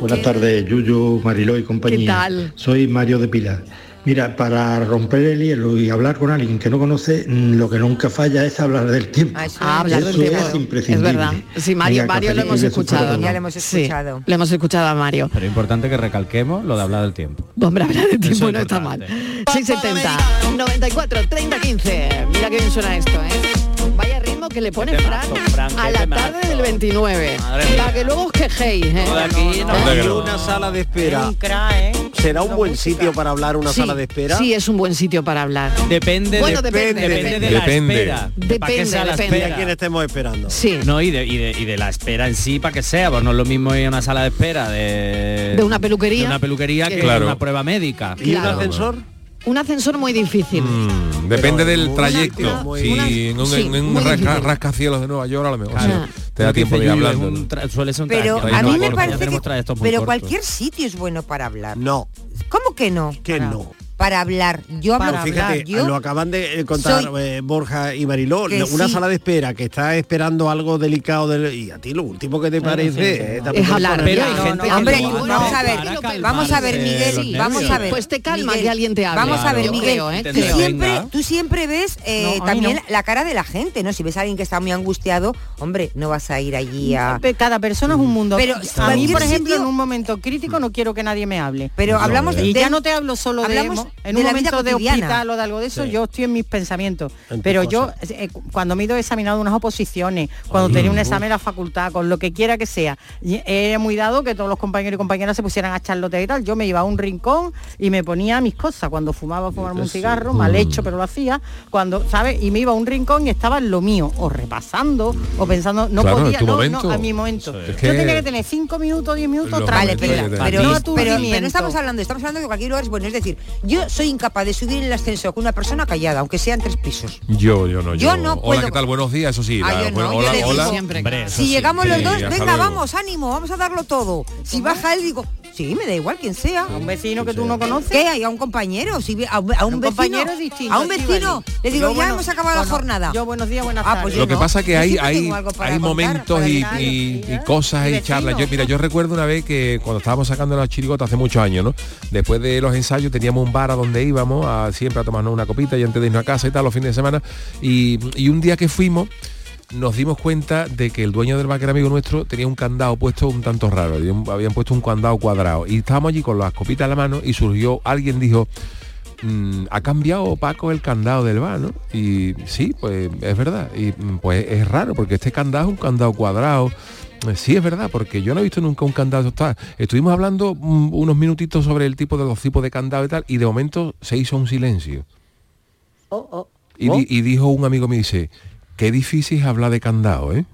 S14: Buenas tardes, Yuyu, Mariló y compañía.
S3: ¿Qué tal?
S14: Soy Mario de Pilar. Mira, para romper el hielo y hablar con alguien que no conoce, mm, lo que nunca falla es hablar del tiempo.
S3: Ah, hablar del
S14: Eso
S3: tiempo.
S14: es
S3: Es
S14: imprescindible.
S3: verdad. Sí, Mario,
S14: Venga,
S3: Mario lo
S14: cafelito y
S3: hemos
S14: besos para
S3: escuchado.
S14: todos.
S3: ¿no? Sí, lo hemos escuchado a Mario.
S6: Pero es importante que recalquemos lo de hablar del tiempo.
S3: Hombre, hablar del tiempo no está mal. 670, 94, 30, 15. Mira qué bien suena esto, ¿eh? Vaya ritmo que le pone Fran a la tarde del 29. Para que luego os quejéis, ¿eh?
S8: Hay una sala de espera. ¿Será un buen sitio para hablar una
S3: Sí,
S8: sala de espera?
S3: Sí, es un buen sitio para hablar.
S6: Depende,
S3: Bueno,
S6: de-
S3: depende,
S6: de la
S8: Depende.
S6: espera.
S3: Depende,
S6: ¿Para qué sea la
S3: depende.
S6: espera?
S3: De quién
S8: estemos esperando.
S3: Sí.
S6: No, y de, y, de, y de la espera en sí, para que sea, pues no es lo mismo ir a una sala de espera de,
S3: De una peluquería.
S6: de una peluquería que
S7: Claro.
S6: una prueba médica.
S3: ¿Y un Claro. ascensor? Un ascensor muy difícil.
S7: Mm, depende del trayecto. si en un,
S3: sí,
S7: en un
S3: muy
S7: rasca-
S3: difícil.
S7: rascacielos de Nueva York a lo mejor sí, te
S6: Lo
S7: da
S6: que
S7: tiempo de
S6: dice
S7: ir
S6: Yuyu es
S7: hablando.
S6: un tra- suele ser un
S10: Pero
S6: trayecto
S10: a mí me
S6: corto, ya
S10: parece
S6: tenemos
S10: que
S6: trayectos muy
S10: pero
S6: cortos.
S10: cualquier sitio es bueno para hablar.
S8: No.
S10: ¿Cómo que no?
S8: Que no.
S10: Para hablar. Yo hablo
S8: Pero fíjate,
S10: hablar. Yo
S8: lo acaban de eh, contar
S10: soy-
S8: eh, Borja y Mariló,
S10: Que
S8: una
S10: sí.
S8: sala de espera que está esperando algo delicado del- y a ti lo último que te parece eh, tampoco
S3: Es hablar,
S8: pones-
S3: ya, no, no,
S10: Hombre,
S3: no,
S10: tú,
S3: no,
S10: vamos a ver,
S3: para calmarse
S10: vamos a ver,
S3: los
S10: Miguel,
S3: nervios.
S10: vamos a ver.
S3: Pues te calma
S10: Miguel,
S3: que alguien te hable.
S10: Vamos a ver,
S3: Yo
S10: Miguel,
S3: creo, ¿eh?
S10: tú
S3: Creo.
S10: siempre,
S3: Venga.
S10: tú siempre ves eh,
S3: No, a mí
S10: también
S3: no.
S10: la cara de la gente, ¿no? Si ves a alguien que está muy angustiado, hombre, no vas a ir allí a...
S9: Pe- Cada persona es un mundo.
S10: Pero
S9: a mí,
S10: cualquier
S9: por ejemplo,
S10: sitio-
S9: en un momento crítico no quiero que nadie me hable.
S10: Pero hablamos
S9: y
S10: de-
S9: ya no te hablo solo
S10: hablamos
S9: de mo- en
S10: de
S9: un
S10: la vida
S9: momento de
S10: cotidiana.
S9: hospital o de algo de eso.
S10: Sí.
S9: Yo estoy en mis pensamientos.
S10: En tus
S9: pero yo eh, cu- cuando me he ido examinado unas oposiciones, cuando tenía un examen en la facultad, con lo que quiera que sea, y era muy dado que todos los compañeros y compañeras se pusieran a charlotear y tal. Yo me iba a un rincón y me ponía mis cosas. Cuando fumaba fumarme un
S15: Sí.
S9: cigarro, mal hecho, pero lo hacía. Cuando, ¿sabes? Y me iba a un rincón y estaba en lo mío, o repasando, o pensando, no
S7: Claro, en
S9: podía,
S7: tu
S9: no,
S7: momento.
S9: no, a mi momento.
S7: Es
S9: Yo
S7: que-
S9: tenía que tener 5 minutos, 10 minutos,
S7: Los
S9: tranquila.
S7: momentos que te dan.
S10: pero,
S7: No
S10: no,
S7: a tu
S10: pero,
S7: rendimiento.
S10: pero no estamos hablando, estamos hablando de que cualquier lugar es bueno. Es decir, yo soy incapaz de subir en el ascensor con una persona callada, aunque sean tres pisos.
S7: Yo, yo no, yo.
S10: Yo no
S7: hola,
S10: puedo-
S7: ¿qué tal? Buenos días, eso sí.
S10: Ah,
S7: la-
S10: yo no,
S7: bueno,
S10: yo
S7: hola,
S10: le digo
S7: hola.
S10: siempre,
S7: Hombre, eso
S10: Si
S7: sí.
S10: llegamos los
S7: Sí,
S10: dos,
S7: hasta
S10: venga,
S7: luego.
S10: vamos, ánimo, vamos a darlo todo. Si baja él, digo, sí, me da igual quién sea. A
S9: un vecino que tú no conoces.
S10: ¿Qué? Hay a un compañero, si ve- a, un- a un, vecino.
S9: compañero es distinto,
S10: a un
S9: sí,
S10: vecino.
S9: vale.
S10: Le digo,
S9: Yo,
S10: ya
S9: bueno,
S10: hemos acabado la
S9: bueno,
S10: jornada.
S9: Yo buenos días, buenas
S10: Ah,
S9: tardes.
S10: pues yo
S7: Lo que
S10: no.
S7: pasa que
S10: Yo
S7: hay,
S10: siempre
S7: hay,
S10: tengo algo para
S7: hay
S10: contar,
S7: momentos
S10: para
S7: y,
S10: hablar.
S7: y- y cosas y charlas. Yo, mira, yo recuerdo una vez que cuando estábamos sacando la chirigota hace muchos años, ¿no? Después de los ensayos teníamos un bar a donde íbamos a, siempre a tomarnos una copita y antes de irnos a casa y tal, los fines de semana. Y, y un día que fuimos, nos dimos cuenta de que el dueño del bar, que era amigo nuestro, tenía un candado puesto un tanto raro. Habían habían puesto un candado cuadrado. Y estábamos allí con las copitas en la mano y surgió, alguien dijo, mm, ha cambiado Paco el candado del bar, ¿no? Y sí, pues es verdad. Y mm, pues es raro, porque este candado es un candado cuadrado. Eh, Sí, es verdad, porque yo no he visto nunca un candado. Está, estuvimos hablando mm, unos minutitos sobre el tipo de los tipos de candado y tal, y de momento se hizo un silencio.
S9: Oh, oh.
S7: Y, di- y dijo un amigo mío, dice, qué difícil es hablar de candado, ¿eh?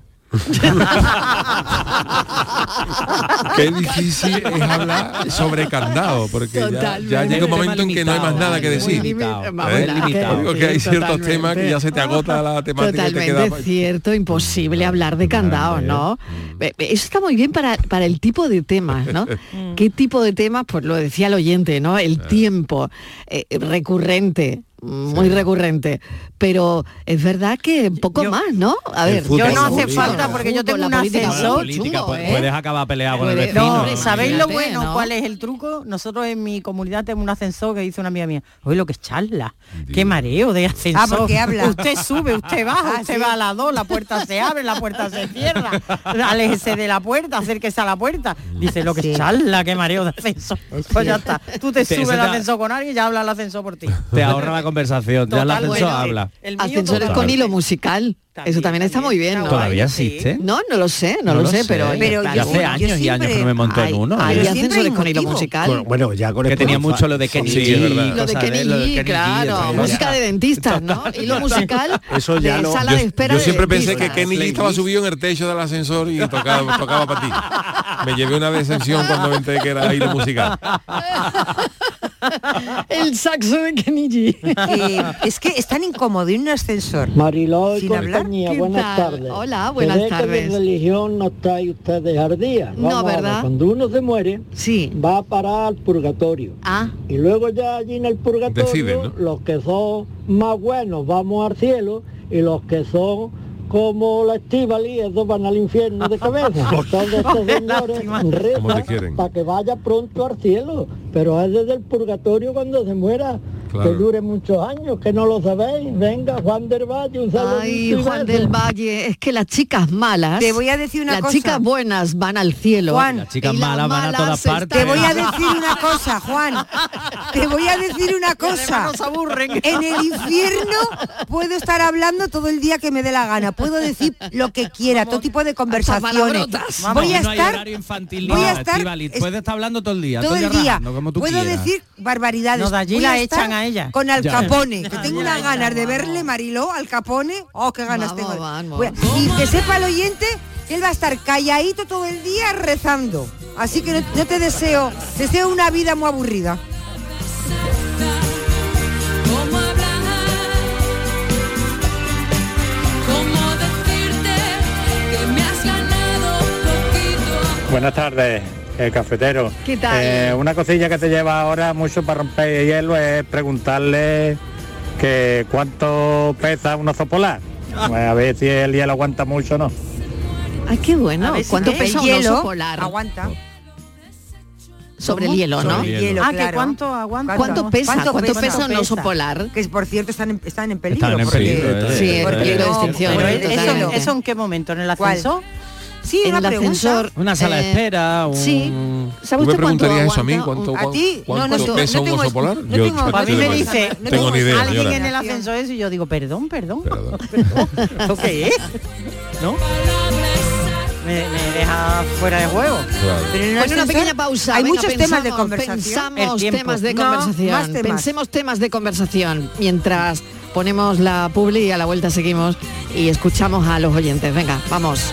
S7: Qué difícil es hablar sobre candado, porque ya, ya
S5: Totalmente.
S7: llega un momento en que no hay más nada que
S5: Muy
S7: decir.
S5: limitado,
S7: ¿Eh?
S5: vamos, la-
S7: Te digo que hay
S5: sí,
S7: ciertos
S5: totalmente.
S7: temas que ya se te agota la temática y te
S3: Totalmente
S7: queda...
S3: cierto, imposible hablar de candado, ¿no? Ve- ve, Eso está muy bien para, para el tipo de temas, ¿no?
S9: Mm.
S3: ¿Qué tipo de temas? Pues lo decía el oyente, ¿no? El tiempo eh, recurrente, muy recurrente. Pero es verdad que poco más, ¿no? A
S9: El
S3: ver,
S9: fútbol, Yo no la hace política. falta porque yo tengo
S3: Fútbol, la
S9: un
S3: política,
S9: ascensor
S3: bueno,
S6: Política,
S3: chungo,
S6: pu-
S3: ¿eh?
S6: Puedes acabar
S7: ah,
S6: peleado con el
S3: Puede-
S6: vecino.
S3: No,
S6: ¿no?
S9: ¿Sabéis lo
S3: Imagínate,
S9: bueno?
S3: ¿no?
S9: ¿Cuál es el truco? Nosotros en mi comunidad tenemos un ascensor que dice una amiga mía, hoy lo que es charla, qué mareo de ascensor.
S10: Ah, porque habla.
S9: Usted sube, usted baja,
S10: Ah,
S9: usted
S10: sí.
S9: va a la dos, la puerta se abre, la puerta se cierra, aléjese de la puerta, acérquese a la puerta.
S7: Mm.
S9: Dice lo que es charla, qué mareo de ascensor. Pues ya está, tú te
S6: Te-
S9: subes
S6: ese
S9: al
S6: te-
S9: ascensor con alguien y ya habla el ascensor por ti.
S6: Te ahorra la conversación, ya el
S9: Total,
S6: ascensor
S9: bueno,
S6: habla.
S9: el mío
S3: Ascensores
S9: total.
S3: con hilo musical. Eso también está muy bien, ¿no?
S6: ¿Todavía existe?
S3: No, no lo sé, no, lo, sé, pero... oye,
S6: Pero
S3: claro.
S6: hace años y años que no me monto en uno.
S3: hay
S6: ¿eh?
S3: ascensores con hilo musical.
S8: Bueno, ya con
S6: Que tenía
S8: Spotify.
S6: mucho lo de Kenny
S8: Sí,
S6: G,
S8: es verdad.
S3: Lo de
S6: cosas
S3: Kenny
S6: él, lo de
S3: G,
S6: Kenny
S3: claro,
S6: entonces,
S3: música
S6: ya.
S3: de dentistas, ¿no? Hilo musical
S8: Eso ya
S3: de
S8: lo-
S3: sala de espera
S7: Yo
S3: de
S7: siempre pensé que
S3: dentistas.
S7: Kenny G estaba subido en el techo del ascensor y tocaba, tocaba para ti. Me llevé una decepción cuando me enteré que era aire musical.
S3: El saxo de Kenny G.
S10: Que Eh, es que es tan incómodo en un ascensor.
S12: Mariló y
S10: Sin hablar.
S12: compañía,
S10: ¿Qué
S12: buenas
S10: tal?
S12: tardes.
S10: Hola, buenas
S12: Se ve Que
S10: tardes.
S12: de religión no estáis ustedes al día.
S10: No,
S12: Vamos a ver,
S10: ¿verdad?
S12: Cuando uno se muere, va a parar al purgatorio.
S10: Ah.
S12: Y luego ya allí en el purgatorio,
S7: Deciden, ¿no?
S12: los que son más buenos vamos al cielo y los que son como la Estivali, esos van al infierno de cabeza. Entonces estos señores
S7: ¿Cómo te
S12: rezan
S7: quieren?
S12: para que vaya pronto al cielo, pero es desde el purgatorio cuando se muera.
S7: Claro.
S12: Que dure muchos años, que no lo sabéis. Venga, Juan del Valle, un saludo.
S3: Ay, Juan del Valle, es que las chicas malas.
S12: Te voy a decir una
S3: las
S12: cosa.
S3: chicas buenas van al cielo.
S10: Juan,
S3: Y
S10: Las
S6: chicas malas van a
S3: malas
S6: todas
S3: están-
S6: partes.
S10: Te voy a decir una cosa, Juan. Te voy a decir una cosa.
S9: nos aburren.
S10: En el infierno puedo estar hablando todo el día que me dé la gana. Puedo decir lo que quiera, todo tipo de conversaciones.
S6: Palabrotas.
S10: Voy a
S6: no hay
S10: estar
S6: horario infantil ni
S10: voy a
S6: nada,
S10: estar-
S6: Estíbaliz. Puedes estar hablando todo el día.
S10: todo el día.
S6: rajando, como tú
S10: Puedo
S6: quieras.
S10: decir barbaridades.
S9: No, de allí
S10: Voy
S9: la
S10: estar
S9: echan a ella.
S10: Con Al
S6: Ya.
S10: Capone, que
S9: De
S10: tengo
S9: allí
S10: unas
S9: la
S10: ganas
S9: echan,
S10: de verle, Mariló, Al Capone. Oh, qué ganas
S3: Vamos,
S10: tengo.
S3: vamos.
S10: Voy a- Y que sepa el oyente que él va a estar calladito todo el día rezando. Así que no- yo te deseo, deseo una vida muy aburrida.
S13: cómo hablar, cómo decirte que me has ganado poquito.
S15: Buenas tardes, eh, cafetero.
S13: ¿Qué tal?
S15: Eh, una cosilla que te lleva ahora mucho para romper hielo es preguntarle que cuánto pesa un oso polar. Pues a ver si el hielo aguanta mucho o no.
S3: Ay, qué bueno.
S10: A ver si
S3: ¿Cuánto
S10: el
S3: pesa un
S10: hielo
S3: oso polar?
S10: Aguanta.
S3: Sobre el hielo, ¿no?
S10: Sobre el hielo,
S3: ah,
S10: claro.
S3: que cuánto aguanta. ¿Cuánto pesa? ¿Cuánto pesa un oso polar?
S10: Que por cierto están en, están en peligro.
S6: Están en
S10: porque-
S6: peligro, eh, Sí, eh, en
S10: porque
S6: peligro de
S10: no-
S6: extinción,
S10: pero
S6: eh,
S10: eso-
S6: totalmente.
S10: eso-
S9: ¿Eso en qué momento? ¿En el
S10: ¿Cuál?
S9: ascensor?
S10: Sí,
S3: En
S10: una
S3: el
S10: pregunta.
S3: ascensor. eh,
S6: Una sala de espera, un-
S3: Sí. ¿Sabe
S7: ¿Tú me
S3: usted cuánto
S7: preguntarías eso a
S3: aguanta
S7: mí?
S3: un-
S7: ¿Cuánto,
S10: ¿A ti?
S7: cuánto
S10: No, no,
S7: pesa
S10: no
S7: un
S10: tengo-
S7: oso polar?
S10: no tengo-
S9: A mí
S7: te
S9: me
S7: lo-
S9: dice
S7: tengo ni idea.
S9: alguien
S7: señora.
S9: en el ascensor eso y yo digo, perdón, perdón. ¿Eso qué es? ¿No? Me, me deja fuera de juego.
S10: Pero en el
S3: Bueno, una
S10: ascensor
S3: pequeña pausa.
S10: Hay
S3: Venga,
S10: muchos temas de
S3: pensamos,
S10: conversación.
S3: Pensamos temas de
S10: No,
S3: conversación.
S10: más temas.
S3: Pensemos temas de conversación mientras ponemos la publi y a la vuelta seguimos y escuchamos a los oyentes. Venga, vamos.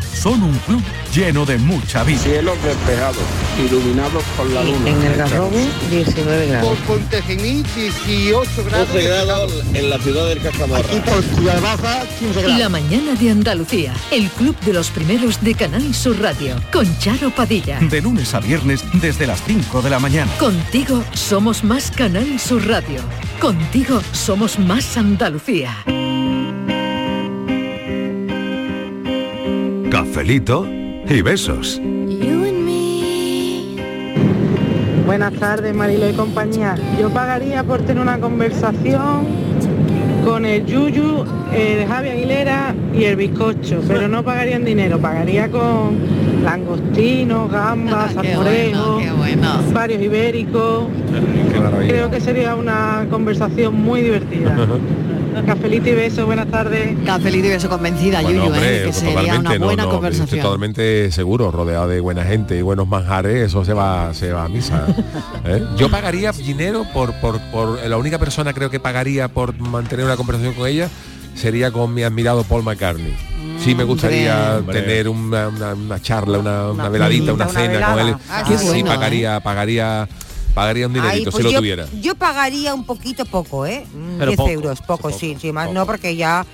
S25: Son un club lleno de mucha vida.
S23: Cielos despejados, iluminados por la luna.
S26: En el Garrobo, 19 grados.
S12: Por Pontejení, 18 grados.
S23: 12 grados en la ciudad del Cajamarra.
S12: Y por Ciudadabaza, 15 grados.
S27: La mañana de Andalucía, el club de los primeros de Canal Sur Radio, con Charo Padilla.
S25: De lunes a viernes desde las 5 de la mañana.
S27: Contigo somos más Canal Sur Radio. Contigo somos más Andalucía.
S1: Cafelito y besos.
S28: Buenas tardes, Marilo y compañía. Yo pagaría por tener una conversación con el Yuyu eh, de Javi Aguilera y el bizcocho, pero no pagaría en dinero, pagaría con langostino, gambas,
S3: Ah, Qué
S28: salmorejo,
S3: bueno, qué bueno.
S28: varios ibéricos.
S7: maravilla.
S28: Creo que sería una conversación muy divertida. Cafelito y beso, buenas tardes.
S3: Cafelito y beso convencida,
S7: Bueno,
S3: Yuyu,
S7: hombre,
S3: ¿eh? que
S7: pues
S3: sería una
S7: totalmente, no,
S3: buena
S7: no, estoy
S3: conversación.
S7: totalmente seguro, rodeado de buena gente y buenos manjares, eso se va, se va a misa. ¿eh? Yo pagaría dinero por, por, por- la única persona creo que pagaría por mantener una conversación con ella sería con mi admirado Paul McCartney. Sí, me gustaría
S23: Hombre.
S7: tener una, una- una charla, una, una veladita,
S23: velita,
S7: una
S23: una
S7: cena con
S23: velada.
S7: él.
S23: Ah,
S7: sí,
S23: qué bueno,
S7: pagaría, pagaría, pagaría un dinerito
S10: Ay, pues
S7: si lo
S10: yo,
S7: tuviera.
S10: yo pagaría un poquito poco, ¿eh? Mm,
S7: Pero
S10: 10
S7: poco,
S10: euros, poco, sí, sí, más no porque ya...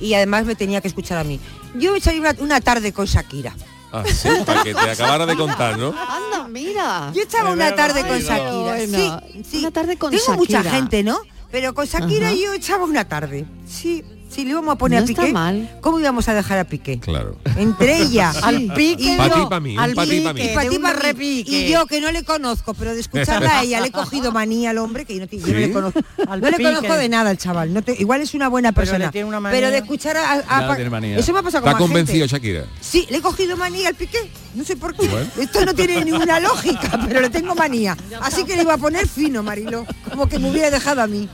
S10: Y además me tenía que escuchar a mí. Yo echaría una, una tarde con Shakira.
S7: Ah, sí, para que te acabara de contar, ¿no?
S3: Anda, mira.
S10: Yo estaba
S3: De
S10: una
S3: verdad.
S10: tarde con
S3: Ay,
S10: Shakira.
S3: bueno.
S10: Sí, sí. Una
S3: tarde con
S10: Tengo
S3: Shakira.
S10: mucha gente, ¿no? Pero con Shakira
S3: Ajá.
S10: yo echaba una tarde. Sí, sí, le íbamos a poner
S3: No
S10: a
S3: está
S10: Piqué. ¿Cómo íbamos a dejar a Piqué?
S7: Claro.
S10: Entre ella,
S7: Sí.
S10: al Piqué y
S7: Pa' ti,
S10: yo,
S7: pa' mí,
S10: al
S7: pa' ti, pa'
S10: Piqué,
S7: mí.
S10: pa' ti,
S7: De un
S10: pa' mí.
S7: repique.
S10: Y yo que no le conozco, pero de escucharla a ella le he cogido manía al hombre que yo no, te- yo no
S7: ¿Sí?
S10: le conozco. No le
S9: Piqué.
S10: conozco de nada al chaval. No te- igual es una buena
S9: Pero le
S10: persona. Pero,
S9: tiene una manía.
S10: de escuchar a, a-
S7: Ya
S10: Ah, pa-
S7: tiene manía.
S10: Eso me ha pasado con
S7: Está
S10: más
S7: convencido
S10: gente.
S7: Shakira.
S10: Sí, le he cogido manía al Piqué. No sé por qué.
S7: Bueno.
S10: Esto no tiene ninguna lógica, pero le tengo manía. Así que le iba a poner fino, Marilo. Como que me hubiera dejado a mí.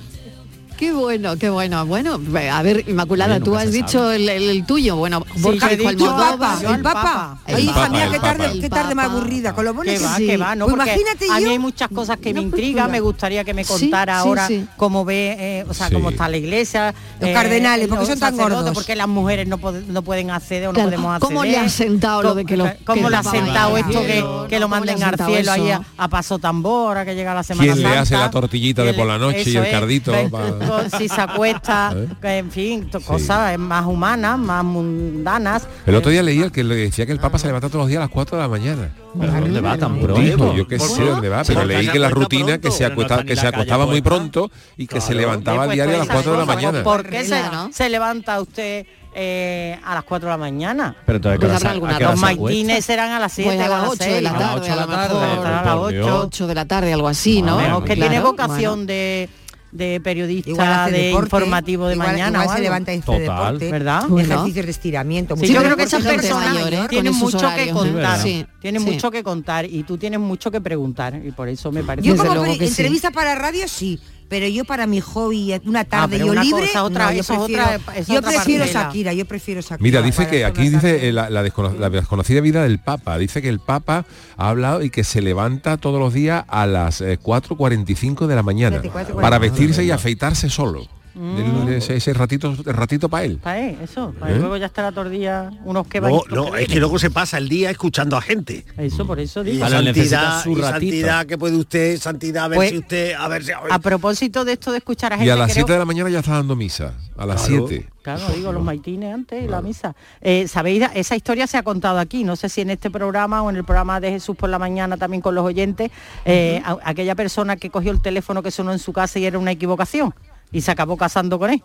S3: Qué bueno, qué bueno. Bueno, a ver, Inmaculada, tú has dicho el, el- el tuyo. Bueno, Borja
S10: yo he
S3: dijo el
S10: dicho papa,
S3: Moldova.
S10: el papa. Ay, hija mía, qué tarde, qué tarde más aburrida. Con lo bueno
S9: Que
S10: que
S9: va,
S10: sí.
S9: que va, no,
S10: Pues
S9: porque
S10: imagínate
S9: a mí
S10: yo.
S9: hay muchas cosas que me
S10: Una
S9: intrigan,
S10: cultura.
S9: me gustaría que me
S10: Sí,
S9: contara
S10: sí,
S9: ahora
S10: sí.
S9: cómo ve, eh, o sea,
S10: Sí.
S9: cómo está la iglesia. eh,
S10: Los cardenales, porque
S9: los
S10: son tan
S9: sacerdotes,
S10: gordos.
S9: Porque las mujeres no, pod- no pueden acceder o no
S3: Claro,
S9: podemos acceder.
S3: ¿Cómo le han sentado lo de que lo-
S9: ¿Cómo
S3: que
S9: le ha
S3: lo pagan
S9: sentado
S3: al
S9: esto que,
S3: cielo?
S9: que lo
S3: ¿Cómo le
S9: manden
S3: han
S9: al
S3: sentado
S9: cielo ahí
S3: eso?
S9: a, a paso tambor, ahora que llega la semana
S7: ¿Quién le hace
S9: Santa?
S7: la tortillita de por la noche y
S9: Eso
S7: el
S9: es.
S7: cardito?
S9: Ven,
S7: pa-
S9: con- si se acuesta,
S7: ¿Eh?
S9: que, en fin, to- cosas eh, más humanas, más mundanas.
S10: Pues
S7: El otro día leía que le decía que el Papa se levanta todos los días a las 4 de la mañana.
S6: ¿Pero dónde va tan
S7: Dijo,
S6: pronto?
S7: yo que
S6: ¿Por
S7: sé
S6: qué?
S7: dónde va,
S6: Sí,
S7: pero
S6: porque
S7: leí
S6: se
S7: que la
S6: acuesta
S7: rutina que
S6: pronto,
S7: se
S6: pero no
S7: acostaba,
S6: está
S7: que
S6: ni
S7: se
S6: la calle
S7: acostaba muy
S6: puesta.
S7: pronto y que se
S6: Claro.
S7: levantaba
S6: Pues
S7: diario a las
S6: todas
S7: 4 de la
S6: esas
S7: mañana.
S9: ¿Por qué se, se levanta usted eh, a las 4 de la mañana?
S6: Pero
S10: Pues
S6: entonces, ¿a qué hora se- a qué hora
S9: Los
S6: se acuesta?
S9: maitines serán a las 7
S3: Pues a
S9: o
S3: las 8 de la tarde, a lo mejor.
S9: A las 8.
S6: pues,
S3: Ocho de la tarde, algo así, ¿no?
S9: Vamos, que tiene
S3: Claro,
S9: vocación
S3: bueno.
S9: de de periodista
S10: Igual hace
S9: de
S10: deporte,
S9: informativo de
S10: igual-
S9: mañana.
S10: igual se
S9: o algo. Ah,
S10: levanta y hace Total. deporte,
S9: ¿verdad?
S10: Bueno. ejercicios de estiramiento.
S9: Sí,
S10: mucho
S9: yo creo que
S10: deporte.
S9: esas personas
S10: ¿eh?
S9: tienen mucho que contar.
S10: Sí,
S9: Tienen
S10: sí.
S9: mucho que contar y tú tienes mucho que preguntar y por eso me parece
S10: Yo como pre- entrevista para radio sí, pero yo para mi hobby una tarde
S9: Ah, pero
S10: yo
S9: una
S10: libre,
S9: cosa, otra-
S10: no, yo
S9: eso es
S10: prefiero,
S9: otra- es
S10: yo
S9: otra
S10: prefiero
S9: parcela.
S10: Shakira, yo prefiero Shakira.
S29: Mira, dice que aquí dice eh, la, la descono- la desconocida vida del Papa. Dice que el Papa ha hablado y que se levanta todos los días a las eh, 4.45 de la mañana
S9: Espérate,
S29: para
S9: 4:45.
S29: vestirse y afeitarse solo. El- Ese, ese ratito ratito para él.
S9: Mm, Pa' él, eso, pa'
S29: ¿Eh?
S9: luego ya está la tordilla, unos que
S8: No,
S9: bañitos
S8: no, es
S9: vienen.
S8: que luego se pasa el día escuchando a gente.
S9: Eso, por eso
S8: Y
S9: digo.
S8: santidad, y santidad que puede usted, santidad, a ver
S9: Pues-
S8: si usted, a ver si...
S9: A propósito de esto de escuchar a gente
S29: Y a las
S9: creo-
S29: 7 de la mañana ya está dando misa. A las
S8: Claro.
S29: 7.
S9: Claro, digo, los maitines antes y la misa. Eh, Sabéis, esa historia se ha contado aquí, no sé si en este programa o en el programa de Jesús por la mañana también con los oyentes, eh, a- aquella persona que cogió el teléfono que sonó en su casa y era una equivocación y se acabó casando con él.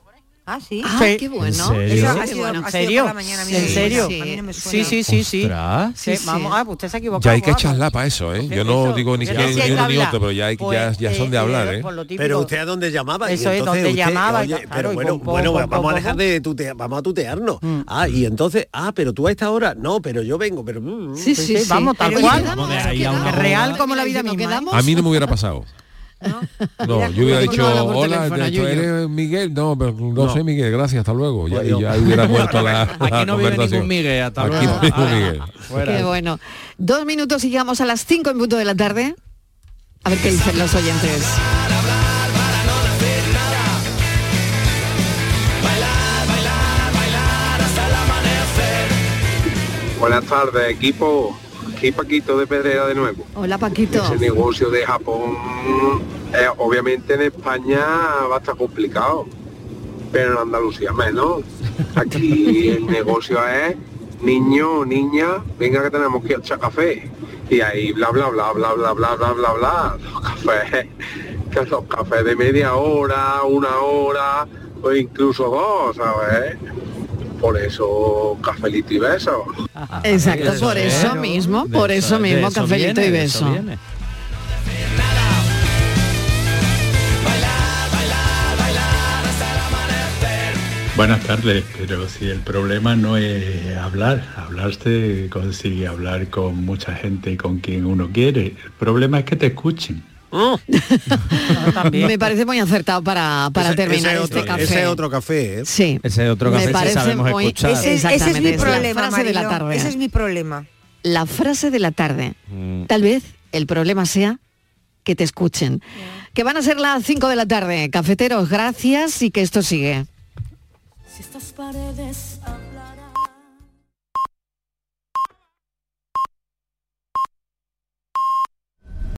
S10: Ah, sí.
S9: Ah, Sí. qué bueno. ¿En serio?
S10: Eso ha
S9: Qué
S10: sido-
S9: bueno.
S10: ha sido
S9: ¿En serio?
S10: por la mañana, a mí no
S9: ¿En
S10: me
S9: serio?
S10: suena, a mí no me
S9: Sí,
S10: suena.
S9: sí, sí, sí.
S29: Ostras.
S9: Sí,
S29: Sí,
S9: Vamos, ah, pues usted se ha equivocado.
S29: Ya hay que
S9: guapa.
S29: echar lapa eso, ¿eh? Yo no digo ni
S9: eso,
S29: que ni
S9: sí hay que
S29: uno ni
S9: hablar.
S29: otro, pero ya, hay,
S9: Pues,
S29: ya, ya son de hablar, ¿eh?
S9: por lo típico.
S8: Pero usted a dónde llamaba. Y
S9: Eso es,
S8: entonces
S9: dónde
S8: usted,
S9: llamaba,
S8: oye,
S9: y claro,
S8: pero
S9: y
S8: bueno,
S9: pom, pom,
S8: bueno,
S9: pom,
S8: vamos
S9: pom,
S8: a dejar
S9: pom.
S8: de tutear, vamos a tutearnos.
S9: Mm.
S8: Ah, y entonces, ah, pero tú a esta hora, no, pero yo vengo, pero... mm,
S9: Sí,
S8: mm.
S9: sí, sí, vamos, tal Pero cual. quedamos,
S8: Vamos de ahí a
S9: quedamos.
S8: una hora.
S9: Real como la vida misma. ¿eh?
S29: A mí no me hubiera pasado. No, yo hubiera
S8: no
S29: dicho,
S8: habla por
S29: hola,
S8: teléfono,
S29: ¿tú
S8: Yuyu".
S29: eres Miguel? No, pero no,
S8: No.
S29: soy Miguel, gracias, hasta luego. Ya,
S8: Pues yo.
S29: y ya hubiera muerto la, la
S6: Aquí no vive
S29: conversación.
S6: ningún Miguel, hasta
S29: Aquí
S6: luego.
S29: no vive ningún Miguel.
S3: Qué bueno. Dos minutos y llegamos a las cinco en punto de la tarde. A ver qué dicen los oyentes.
S7: Buenas tardes, equipo. Aquí Paquito de Pedrera de nuevo.
S3: Hola Paquito.
S7: Ese negocio de Japón, eh, obviamente en España va a estar complicado, pero en Andalucía menos. Aquí el negocio es niño, niña, venga que tenemos que echar café. Y ahí bla bla bla bla bla bla bla bla bla. Los cafés, que los cafés de media hora, una hora o incluso dos, ¿sabes? Por eso cafelito y besos.
S3: Exacto,
S7: Eso
S3: por
S7: es,
S3: eso
S7: ¿no?
S3: mismo,
S7: De
S3: por eso
S7: eso- de
S3: mismo,
S7: eso
S3: cafelito
S7: viene,
S3: y
S7: de eso
S3: beso.
S7: viene.
S25: Buenas tardes, pero si el problema no es hablar, hablar se consigue hablar con mucha gente y con quien uno quiere. El problema es que te escuchen.
S3: Me parece muy acertado para, para terminar
S8: ese
S3: este
S8: otro,
S3: café.
S8: Ese otro café, ¿eh?
S3: Sí.
S6: Ese otro
S3: Me
S6: café sí
S3: parece
S6: sabemos
S3: muy-
S6: escuchar.
S3: ese- ese es
S10: Ese
S3: mi
S10: es mi
S3: Exactamente, es
S10: problema,
S3: la frase de la
S10: Mariló,
S3: tarde.
S10: Ese es mi problema.
S3: La frase de la tarde. Tal vez el problema sea que te escuchen. Que van a ser las 5 de la tarde. Cafeteros, gracias y que esto sigue.
S11: Si estas paredes han